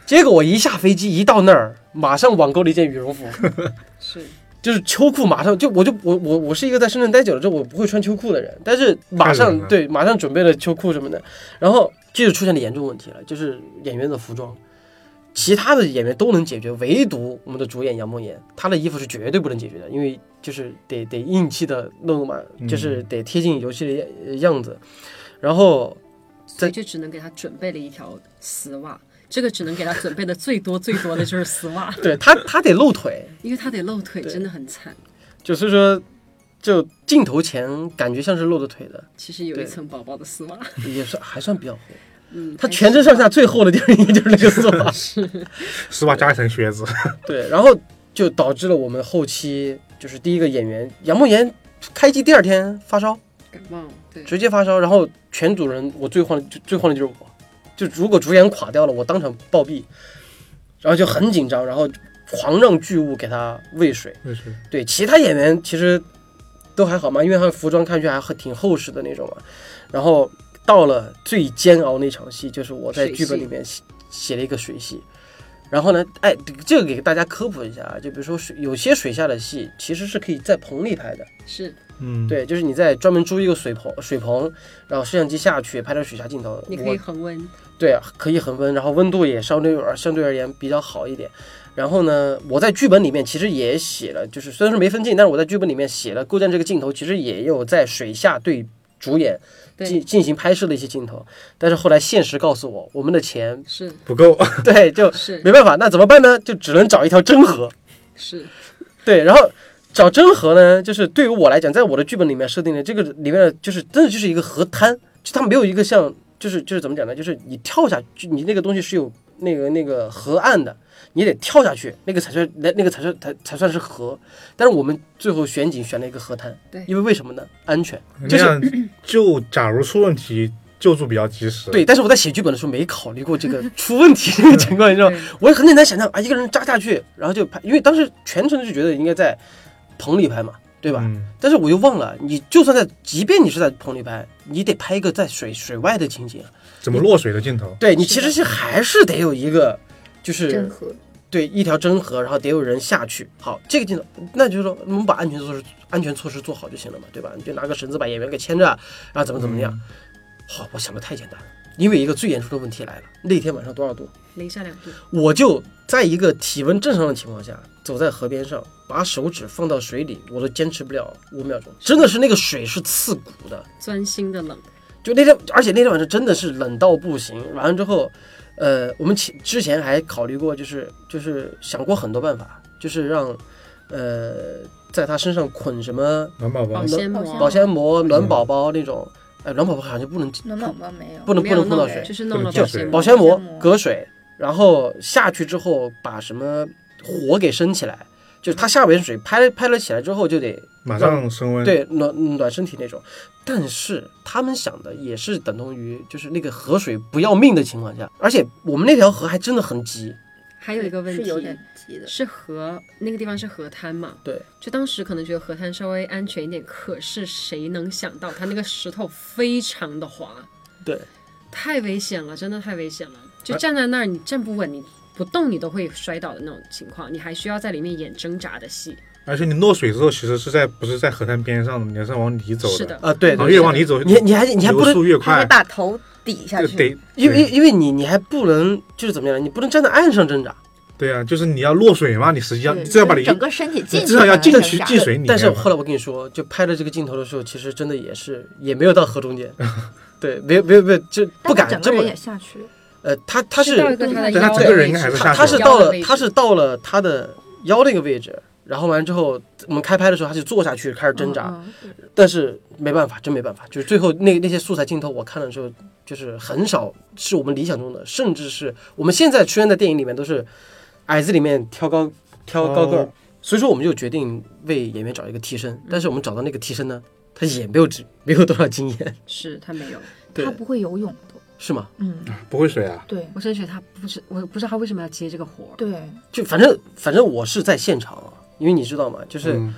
Speaker 1: 结果我一下飞机，一到那儿，马上网购了一件羽绒服，
Speaker 2: 是，
Speaker 1: 就是秋裤马上就我就我我我是一个在深圳待久了之后我不会穿秋裤的人，但是马
Speaker 4: 太
Speaker 1: 上
Speaker 4: 冷了
Speaker 1: 对马上准备了秋裤什么的，然后这就出现了严重问题了，就是演员的服装，其他的演员都能解决，唯独我们的主演杨梦妍，她的衣服是绝对不能解决的，因为就是得得硬气的弄嘛，就是得贴近游戏的呃样子，然后，
Speaker 2: 所以就只能给他准备了一条丝袜。这个只能给他准备的最多最多的就是丝袜
Speaker 1: 对她她得露腿，
Speaker 2: 因为他得露腿，
Speaker 1: 对
Speaker 2: 真的很惨。
Speaker 1: 就所以说就镜头前感觉像是露着腿的，
Speaker 2: 其实有一
Speaker 1: 对
Speaker 2: 层薄薄的丝袜，
Speaker 1: 也算还算比较厚。
Speaker 2: 嗯，
Speaker 1: 他全身上下最厚的地儿应该就是那个丝袜，
Speaker 4: 丝袜加一层靴 子，
Speaker 1: 对，然后就导致了我们后期就是第一个演员杨梦妍开机第二天发烧，
Speaker 2: 感冒，对，
Speaker 1: 直接发烧，然后全组人我最慌的就最慌的就是我，就如果主演垮掉了，我当场暴毙，然后就很紧张，然后狂让剧务给他喂水，对，其他演员其实都还好嘛，因为他的服装看上去还很挺厚实的那种嘛。然后到了最煎熬那场戏，就是我在
Speaker 2: 水
Speaker 1: 剧本
Speaker 2: 戏
Speaker 1: 里面写写了一个水戏。然后呢，哎，这个给大家科普一下啊，就比如说水，有些水下的戏其实是可以在棚里拍的，
Speaker 2: 是
Speaker 4: 嗯，
Speaker 1: 对，就是你在专门租一个水棚，水棚，然后摄像机下去拍点水下镜头，
Speaker 2: 你可
Speaker 1: 我
Speaker 2: 以恒温，
Speaker 1: 对，可以恒温，然后温度也相对而相对而言比较好一点。然后呢，我在剧本里面其实也写了，就是虽然说没分镜，但是我在剧本里面写了构建这个镜头，其实也有在水下对主演进
Speaker 2: 对，
Speaker 1: 进行拍摄的一些镜头。但是后来现实告诉我，我们的钱
Speaker 2: 是
Speaker 4: 不 够，
Speaker 1: 对就是没办法，那怎么办呢？就只能找一条真河。
Speaker 2: 是
Speaker 1: 对，然后找真河呢，就是对于我来讲，在我的剧本里面设定的这个里面的，就是真的就是一个河滩，就它没有一个像，就是就是怎么讲呢？就是你跳下去，你那个东西是有那个那个河岸的，你得跳下去，那个才算那那个才算才才算是河。但是我们最后选景选了一个河滩，
Speaker 2: 对
Speaker 1: 因为为什么呢？安全。
Speaker 4: 那
Speaker 1: 就是
Speaker 4: 样就假如出问题，救助比较及时。
Speaker 1: 对，，但是我在写剧本的时候没考虑过这个出问题这个情况，你知道吗
Speaker 2: 对？
Speaker 1: 我很简单想象啊，一个人扎下去，然后就拍，因为当时全程就觉得应该在棚里拍嘛，对吧？
Speaker 4: 嗯，
Speaker 1: 但是我又忘了，你就算在，即便你是在棚里拍，你得拍一个在水水外的情景啊。
Speaker 4: 怎么落水的镜头？
Speaker 1: 对你
Speaker 2: 是
Speaker 1: 其
Speaker 2: 的
Speaker 1: 实是还是得有一个，就是
Speaker 5: 郑和
Speaker 1: 对一条真河，然后得有人下去。好，这个镜头，那就是说我们把安全措施安全措施做好就行了嘛，对吧？你就拿个绳子把演员给牵着，啊然后怎么怎么样。好、我想的太简单了，因为一个最严重的问题来了。那天晚上多少度？
Speaker 2: 零下两度，
Speaker 1: 我就在一个体温正常的情况下，走在河边上，把手指放到水里，我都坚持不了五秒钟。真的是那个水是刺骨的，
Speaker 2: 钻心的冷，
Speaker 1: 就那天，而且那天晚上真的是冷到不行。完了之后，呃，我们前之前还考虑过，就是就是想过很多办法，就是让呃在他身上捆什么
Speaker 4: 暖宝宝
Speaker 1: 哦
Speaker 2: 保，鲜膜
Speaker 5: 保鲜
Speaker 1: 保鲜膜、暖宝宝那种。哎，暖宝宝好像不能
Speaker 5: 暖宝宝没有，
Speaker 1: 不能
Speaker 2: 没
Speaker 1: 不
Speaker 2: 有
Speaker 1: 能碰
Speaker 2: 弄
Speaker 1: 到
Speaker 2: 的
Speaker 1: 水，
Speaker 2: 就是弄了
Speaker 4: 就
Speaker 2: 保
Speaker 4: 是
Speaker 2: 鲜膜，
Speaker 1: 保鲜膜
Speaker 5: 保鲜膜
Speaker 1: 隔水，然后下去之后把什么火给升起来，就是它下面水拍拍了起来之后就得
Speaker 4: 马上升温。，
Speaker 1: 对暖暖身体那种。但是他们想的也是等同于就是那个河水不要命的情况下，而且我们那条河还真的很急，
Speaker 2: 还有一个问题
Speaker 5: 是有点急的，
Speaker 2: 是河那个地方是河滩嘛？
Speaker 1: 对，
Speaker 2: 就当时可能觉得河滩稍微安全一点，可是谁能想到它那个石头非常的滑，
Speaker 1: 对，
Speaker 2: 太危险了，真的太危险了。就站在那儿，你站不稳，你不动你都会摔倒的那种情况，你还需要在里面演挣扎的戏。
Speaker 4: 而且你落水之后，其实是在不是在河滩边上的，你还是往里走
Speaker 2: 是
Speaker 4: 的。
Speaker 1: 啊，对
Speaker 4: 然后
Speaker 1: 对，
Speaker 4: 越往里走，
Speaker 1: 你你还你还不
Speaker 4: 流
Speaker 1: 能
Speaker 4: 速越
Speaker 5: 他会
Speaker 4: 快，
Speaker 5: 把头抵下
Speaker 4: 就
Speaker 5: 去。
Speaker 4: 得
Speaker 1: 因为因为你你还不能就是怎么样，你不能站在岸上挣扎。
Speaker 4: 对啊，就是你要落水嘛，你实际上
Speaker 5: 对
Speaker 4: 你至少把你
Speaker 5: 整个身体进去，
Speaker 4: 至少要进去
Speaker 5: 挣扎
Speaker 4: 进水里面嘛。
Speaker 1: 但是后来我跟你说，就拍了这个镜头的时候，其实真的也是也没有到河中 间，对，没有没有没有就
Speaker 5: 但
Speaker 1: 不
Speaker 5: 是
Speaker 1: 敢
Speaker 5: 整
Speaker 1: 这
Speaker 5: 个
Speaker 1: 么
Speaker 5: 人也下去了，
Speaker 1: 呃，他他是
Speaker 2: 到一个他的
Speaker 4: 对他
Speaker 2: 腰
Speaker 4: 整
Speaker 2: 的
Speaker 4: 个
Speaker 2: 位
Speaker 4: 人应该还
Speaker 2: 置
Speaker 4: 是
Speaker 1: 他
Speaker 4: 下
Speaker 1: 他
Speaker 4: 水
Speaker 1: 是
Speaker 2: 腰
Speaker 1: 到
Speaker 2: 的
Speaker 1: 了
Speaker 2: 位置
Speaker 1: 他是到了他的腰那个位置，然后完之后我们开拍的时候他就坐下去开始挣扎，
Speaker 5: 嗯，嗯
Speaker 1: 但是没办法，真没办法，就是最后那那些素材镜头我看了之后，就是很少是我们理想中的，甚至是我们现在出现在电影里面都是矮子里面挑高挑高个儿，
Speaker 4: 哦
Speaker 1: 所以说我们就决定为演员找一个替身，
Speaker 2: 嗯
Speaker 1: 但是我们找到那个替身呢，他也没有只没有多少经验，
Speaker 2: 是他没有，
Speaker 1: 对
Speaker 5: 他，不会游泳的，
Speaker 1: 是吗？
Speaker 5: 嗯，
Speaker 4: 不会水啊，
Speaker 5: 对
Speaker 2: 我真觉得他不是，我不知道他为什么要接这个活儿。
Speaker 5: 对，
Speaker 1: 就反正反正我是在现场啊，因为你知道吗？就是。
Speaker 4: 嗯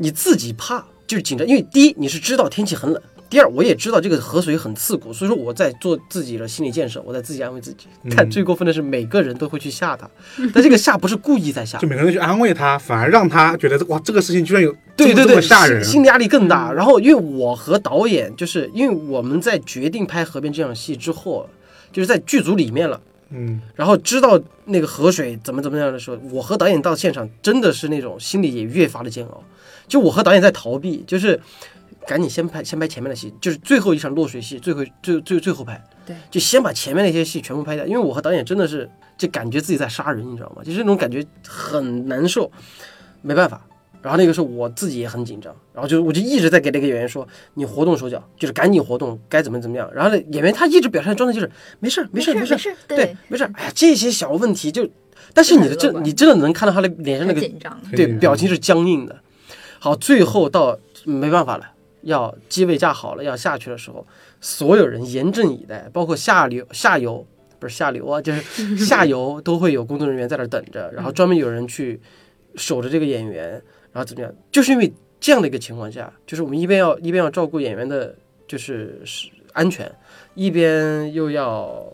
Speaker 1: 你自己怕就是紧张，因为第一你是知道天气很冷，第二我也知道这个河水很刺骨，所以说我在做自己的心理建设，我在自己安慰自己。
Speaker 4: 嗯
Speaker 1: 但最过分的是每个人都会去吓他，但这个吓不是故意在吓
Speaker 4: 就，每个人去安慰他，反而让他觉得哇，这个事情居然有
Speaker 1: 对对
Speaker 4: 这
Speaker 1: 对，
Speaker 4: 么吓
Speaker 1: 心
Speaker 4: 人。嗯
Speaker 1: 心理压力更大。然后因为我和导演就是因为我们在决定拍河边这场戏之后，就是在剧组里面了。
Speaker 4: 嗯，
Speaker 1: 然后知道那个河水怎么怎么样的时候，我和导演到现场真的是那种心里也越发的煎熬。就我和导演在逃避，就是赶紧先拍先拍前面的戏，就是最后一场落水戏，最后最最最后拍。
Speaker 2: 对，
Speaker 1: 就先把前面那些戏全部拍掉，因为我和导演真的是就感觉自己在杀人，你知道吗？就是那种感觉很难受，没办法。然后那个时候我自己也很紧张，然后就我就一直在给那个演员说，你活动手脚，就是赶紧活动，该怎么怎么样。然后那演员他一直表现的状态就是没事儿，没事儿，
Speaker 5: 没
Speaker 1: 没事儿，
Speaker 5: 事，
Speaker 1: 对，，没事儿。哎呀，这些小问题就，但是你的
Speaker 5: 很
Speaker 1: 这
Speaker 5: 乐观
Speaker 1: 你真的能看到他的脸上那
Speaker 5: 很
Speaker 1: 个
Speaker 5: 紧张，
Speaker 1: 对
Speaker 4: 很紧
Speaker 1: 表
Speaker 4: 张
Speaker 1: 情是僵硬的。好，最后到没办法了，要机位架好了要下去的时候，所有人严阵以待，包括下流下游不是下流啊，就是 下游都会有工作人员在那儿等着，然后专门有人去守着这个演员，然后怎么样？就是因为这样的一个情况下，就是我们一边要一边要照顾演员的，就是是安全，一边又要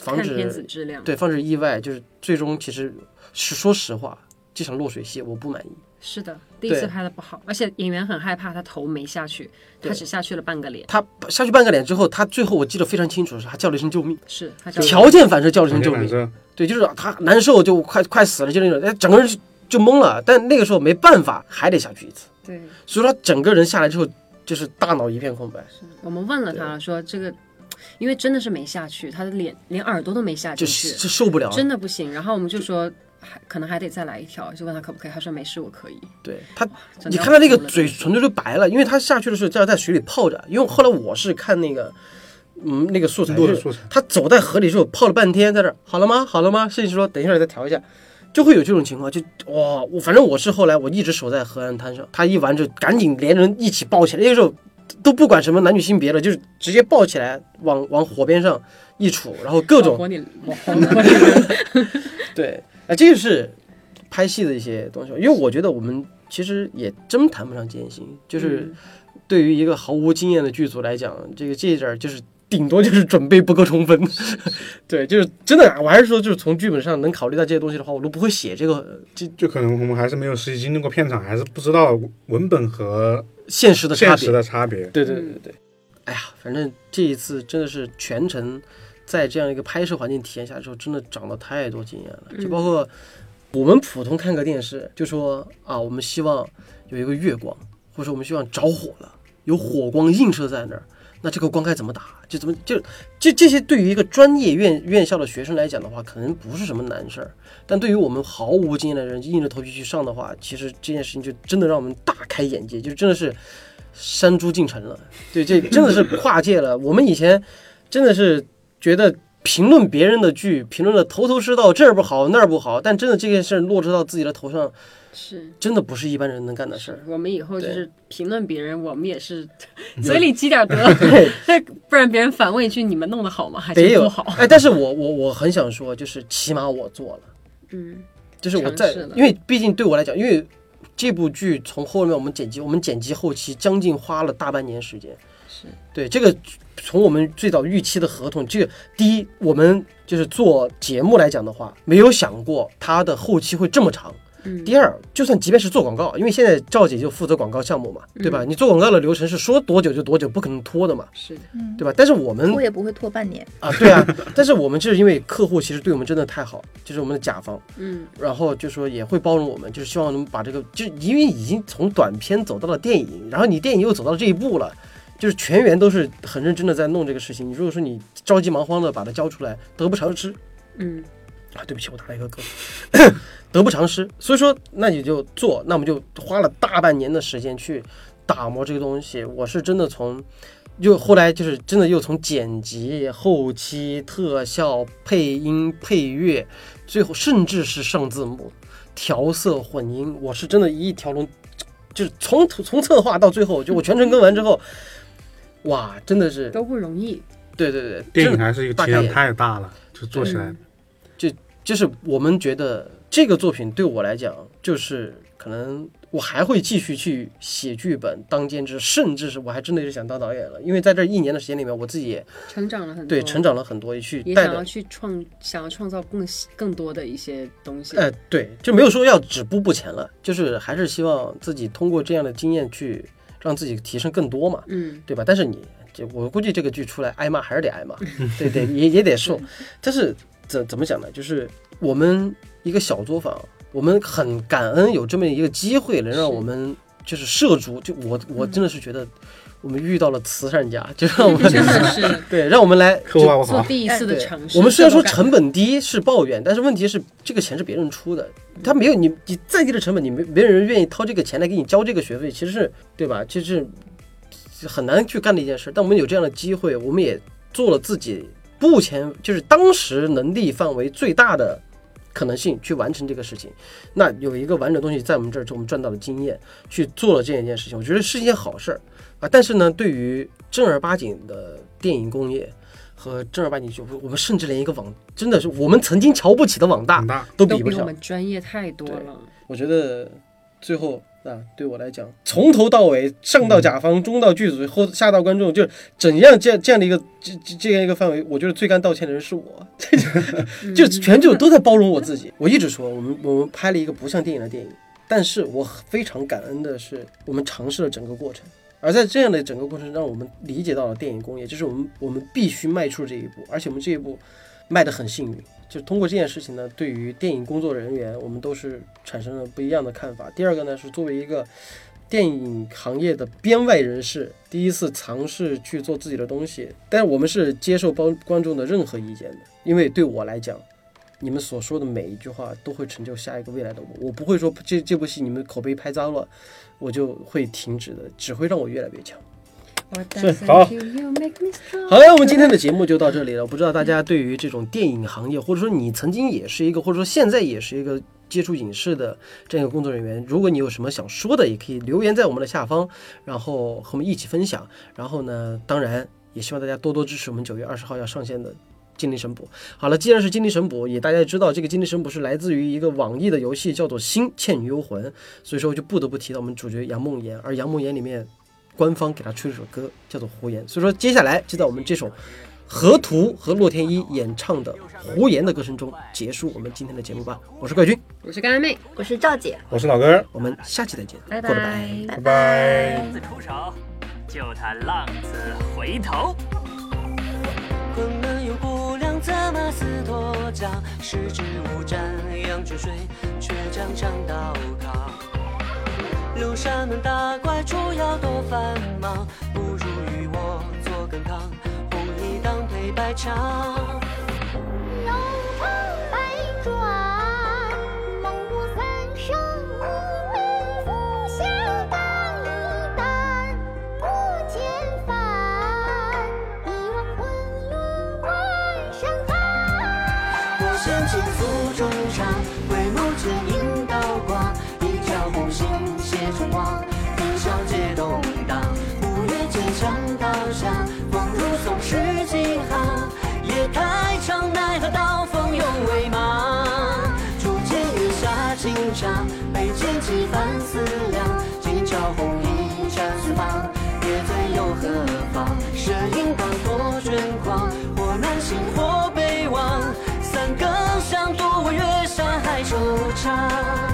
Speaker 1: 防
Speaker 2: 看片子
Speaker 1: 止
Speaker 2: 质量，
Speaker 1: 对防止意外，就是最终其实是说实话，这场落水戏我不满意。
Speaker 2: 是的，第一次
Speaker 1: 对
Speaker 2: 拍的不好，而且演员很害怕，他头没下去，他
Speaker 1: 对
Speaker 2: 只下去了半个脸，
Speaker 1: 他下去半个脸之后，他最后我记得非常清楚，是他叫了一声救命，
Speaker 2: 是他叫
Speaker 1: 条件反射叫了一声
Speaker 4: 就
Speaker 1: 救
Speaker 4: 反
Speaker 1: 命，
Speaker 4: 正
Speaker 1: 对，就是他难受就快快死了，就那种，哎，整个人就就懵了。但那个时候没办法，还得下去一次，
Speaker 2: 对。
Speaker 1: 所以说他整个人下来之后，就是大脑一片空白，
Speaker 2: 我们问了他说这个，因为真的是没下去，他的脸连耳朵都没下
Speaker 1: 就
Speaker 2: 进去，
Speaker 1: 是受不了了，
Speaker 2: 真的不行。然后我们就说还可能还得再来一条，就问他可不可以，他说没事，我可以。
Speaker 1: 对他
Speaker 2: 真的
Speaker 1: 你
Speaker 2: 要
Speaker 1: 看他那个
Speaker 2: 哭了
Speaker 1: 嘴唇都是白了，因为他下去的时候就要在水里泡着。因为后来我是看那个，嗯，那个素材，
Speaker 4: 录的
Speaker 1: 就是
Speaker 4: 素材
Speaker 1: 他走在河里之后泡了半天，在这儿好了吗？好了吗？摄影师说等一下再调一下，就会有这种情况。就哇，我反正我是后来我一直守在河岸滩上，他一完就赶紧连人一起抱起来，那个时候都不管什么男女性别了，就是直接抱起来往往火边上一杵，然后各种
Speaker 2: 活你我活你 人
Speaker 1: 对，啊，这就是拍戏的一些东西。因为我觉得我们其实也真谈不上艰辛，就是对于一个毫无经验的剧组来讲，这个这一点儿就是顶多就是准备不够充分。对，就是真的，我还是说，就是从剧本上能考虑到这些东西的话，我都不会写这个呃这
Speaker 4: 就可能我们还是没有实际经历过片场，还是不知道文本和
Speaker 1: 现实的差
Speaker 4: 现
Speaker 1: 别
Speaker 4: 实。的差别。
Speaker 1: 对对对对对，哎呀，反正这一次真的是全程在这样一个拍摄环境体验下之后，真的长了太多经验了，就包括我们普通看个电视，就说啊，我们希望有一个月光，或者说我们希望着火了，有火光映射在那儿。那这个光该怎么打？就怎么就这这些对于一个专业院院校的学生来讲的话，可能不是什么难事儿，但对于我们毫无经验的人硬着头皮去上的话，其实这件事情就真的让我们大开眼界，就真的是山猪进城了。对，这真的是跨界了。我们以前真的是觉得评论别人的剧，评论的头头是道，这儿不好那儿不好，但真的这件事儿落实到自己的头上，
Speaker 2: 是。
Speaker 1: 真的不是一般人能干的事 儿。
Speaker 2: 我们以后就
Speaker 1: 对嗯
Speaker 2: 是评论别人，我们也是嘴里 积点德，
Speaker 1: 对，
Speaker 2: 不然别人反问一句：“你们弄得好吗？还
Speaker 1: 哎得
Speaker 2: 是
Speaker 1: 有
Speaker 2: 不好
Speaker 1: 哎，但是我我我很想说，就是起码我做了。
Speaker 2: 嗯，
Speaker 1: 就是我在
Speaker 2: 尝试了，
Speaker 1: 因为毕竟对我来讲，因为这部剧从后面我们剪辑，我们剪辑后期将近花了大半年时间。
Speaker 2: 是
Speaker 1: 对这个，从我们最早预期的合同，这个第一，我们就是做节目来讲的话，没有想过它的后期会这么长。
Speaker 2: 嗯
Speaker 1: 第二，就算即便是做广告，因为现在赵姐就负责广告项目嘛，对吧？你做广告的流程是说多久就多久，不可能拖的嘛，
Speaker 2: 是的，
Speaker 1: 对吧？但是我们
Speaker 6: 拖也不会拖半年。
Speaker 1: 啊，对啊，但是我们就是因为客户其实对我们真的太好，就是我们的甲方，
Speaker 2: 嗯
Speaker 1: 然后就说也会包容我们，就是希望能把这个，就是因为已经从短片走到了电影，然后你电影又走到这一步了，就是全员都是很认真的在弄这个事情。你如果说你着急忙慌的把它交出来，得不偿失
Speaker 2: 嗯
Speaker 1: 啊！对不起，我打了一个嗝， 得不偿失。所以说，那你就做，那我们就花了大半年的时间去打磨这个东西。我是真的从。又后来就是真的又从剪辑、后期、特效、配音、配乐，最后甚至是上字幕、调色、混音，我是真的一条龙，就是从头从策划到最后，就我全程跟完之后，哇，真的是
Speaker 2: 都不容易，
Speaker 1: 对对对，
Speaker 4: 电影
Speaker 1: 真的
Speaker 4: 还是一个体量太大了，就做起来
Speaker 2: 嗯
Speaker 1: 就是我们觉得这个作品对我来讲，就是可能我还会继续去写剧本、当监制，甚至是我还真的是想当导演了，因为在这一年的时间里面，我自己也
Speaker 2: 成长了很多，
Speaker 1: 对成长了很多，也去
Speaker 2: 嗯也
Speaker 1: 带
Speaker 2: 想
Speaker 1: 着
Speaker 2: 要去创，想要创造更更多的一些东西。
Speaker 1: 呃，对，就没有说要止步不前了，就是还是希望自己通过这样的经验去让自己提升更多嘛，
Speaker 2: 嗯，
Speaker 1: 对吧？但是你，就我估计这个剧出来挨骂还是得挨骂，对对，也也得受。但是怎怎么讲呢？就是我们一个小作坊，我们很感恩有这么一个机会，能让
Speaker 2: 是
Speaker 1: 我们就是涉足。就我我真的是觉得。我们遇到了慈善家，就让我们
Speaker 2: 真的 是
Speaker 1: 对， 让我们来
Speaker 4: 刻画我
Speaker 2: 做
Speaker 4: 好，
Speaker 2: 第一次的
Speaker 1: 对
Speaker 2: 尝试。
Speaker 1: 我们虽然说
Speaker 2: 这种感
Speaker 1: 成本低是抱怨，但是问题是这个钱是别人出的，
Speaker 2: 嗯
Speaker 1: 他没有你你再低的成本，你没没有人愿意掏这个钱来给你交这个学费，其实是对吧？其实是很难去干的一件事。但我们有这样的机会，我们也做了自己目前就是当时能力范围最大的可能性去完成这个事情。那有一个完整的东西在我们这儿，就我们赚到了经验，去做了这样一件事情，我觉得是一件好事儿啊。但是呢，对于正儿八经的电影工业和正儿八经就我们甚至连一个网，真的是我们曾经瞧不起的网大
Speaker 4: 很大。
Speaker 1: 都
Speaker 2: 嗯都
Speaker 1: 比不
Speaker 2: 比我
Speaker 1: 上。
Speaker 2: 们专业太多
Speaker 1: 对
Speaker 2: 了。
Speaker 1: 我觉得最后啊，对我来讲，从头到尾，上到甲方，中到剧组，后下到观众，就是怎样这样这样的一个这这这样一个范围，我觉得最该道歉的人是我，
Speaker 2: 嗯
Speaker 1: 就全剧组都在包容我自己。我一直说，我们我们拍了一个不像电影的电影，但是我非常感恩的是，我们尝试了整个过程。而在这样的整个过程，让我们理解到了电影工业，就是我们我们必须迈出这一步，而且我们这一步迈得很幸运。就通过这件事情呢，对于电影工作人员，我们都是产生了不一样的看法。第二个呢，是作为一个电影行业的编外人士，第一次尝试去做自己的东西，但是我们是接受观观众的任何意见的，因为对我来讲。你们所说的每一句话都会成就下一个未来的我，我不会说这这部戏你们口碑拍糟了，我就会停止的，只会让我越来越强。
Speaker 4: 是好，
Speaker 2: You- you make me strong
Speaker 1: 好了，我们今天的节目就到这里了。不知道大家对于这种电影行业，或者说你曾经也是一个，或者说现在也是一个接触影视的这样一个工作人员，如果你有什么想说的，也可以留言在我们的下方，然后和我们一起分享。然后呢，当然也希望大家多多支持我们九月二十号要上线的。精灵神捕，好了，既然是精灵神捕，也大家也知道，这个精灵神捕是来自于一个网易的游戏，叫做《新倩女幽魂》，所以说就不得不提到我们主角杨梦妍，而杨梦妍里面官方给他出了一首歌，叫做《胡言》。所以说，接下来就在我们这首河图和洛天依演唱的《胡言》的歌声中结束我们今天的节目吧。我是怪军，
Speaker 2: 我是干妹，
Speaker 5: 我是赵姐，
Speaker 4: 我是老根儿，
Speaker 1: 我们下期再见，
Speaker 2: 拜
Speaker 1: 过得拜。
Speaker 2: 拜。
Speaker 4: 拜拜
Speaker 7: 浪子出手，救他浪子回头。
Speaker 8: 昆仑有姑娘，策马似脱缰，十指无沾阳春水，却将长刀扛。六扇门打怪除妖多繁忙，不如与我做羹汤，红衣当配白裳。
Speaker 9: 柔肠百转，梦悟三生无名浮下当一担，不减烦，一望昆仑万山寒。
Speaker 8: 我身轻诉衷肠，回眸间映刀光，一条红杏斜冲光，风萧皆动荡。五月街上刀下，风如松狮几行，夜太长，奈何刀锋永未芒。竹上，杯卷起泛思量，今朝红衣绽放，别醉又何妨？摄影当作春光，或南行或北望，三更响，独我月上还惆怅。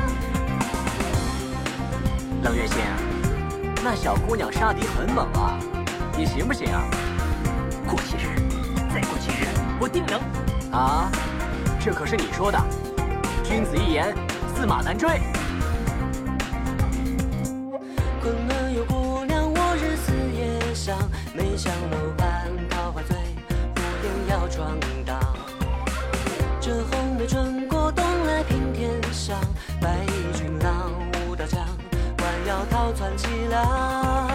Speaker 7: 冷月心，啊那小姑娘杀敌很猛啊，你行不行啊？过几日，再过几日，我定能。啊，这可是你说的。君子一言，驷马难追。
Speaker 8: 关门有姑娘，我日思夜想，梅香楼畔桃花醉，蝴蝶摇窗荡。这红梅穿过冬来平天上，白衣俊郎舞刀枪，弯腰逃窜凄凉。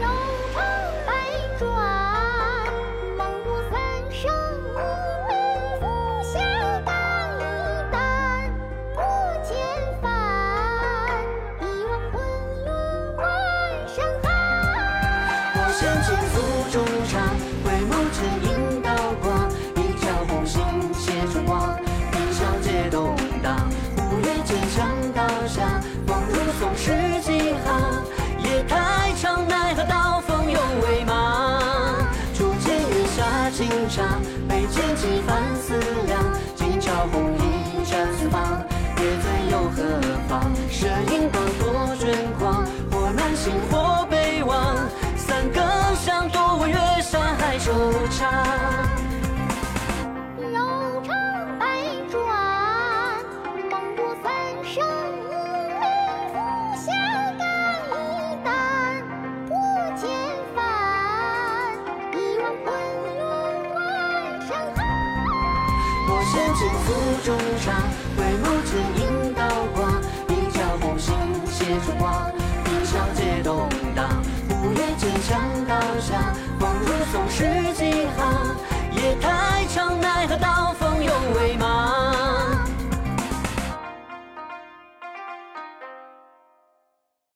Speaker 9: 柔肠百转，梦无三生无悲，拂晓当一担，不见返，一望昆仑万山寒。
Speaker 8: 我身轻诉衷肠，回眸只映刀光，一朝红杏泄春光，年少皆动荡。五月渐长道下，风如松十几行，夜太长，奈何刀锋又未芒。初见月下情长，眉间几番思量，今朝红衣绽放，别醉又何妨？摄影当作春光，或南行或北望，三更响，独我月上还惆怅。
Speaker 9: 柔肠百转，梦无三生无悲，拂晓干一担，不见返，一望昆仑万山寒。
Speaker 8: 我身轻诉衷肠，回眸只映刀光，一朝红杏泄春光，年少皆动荡。五月渐长道下，梦如松十几行，夜太长，奈何刀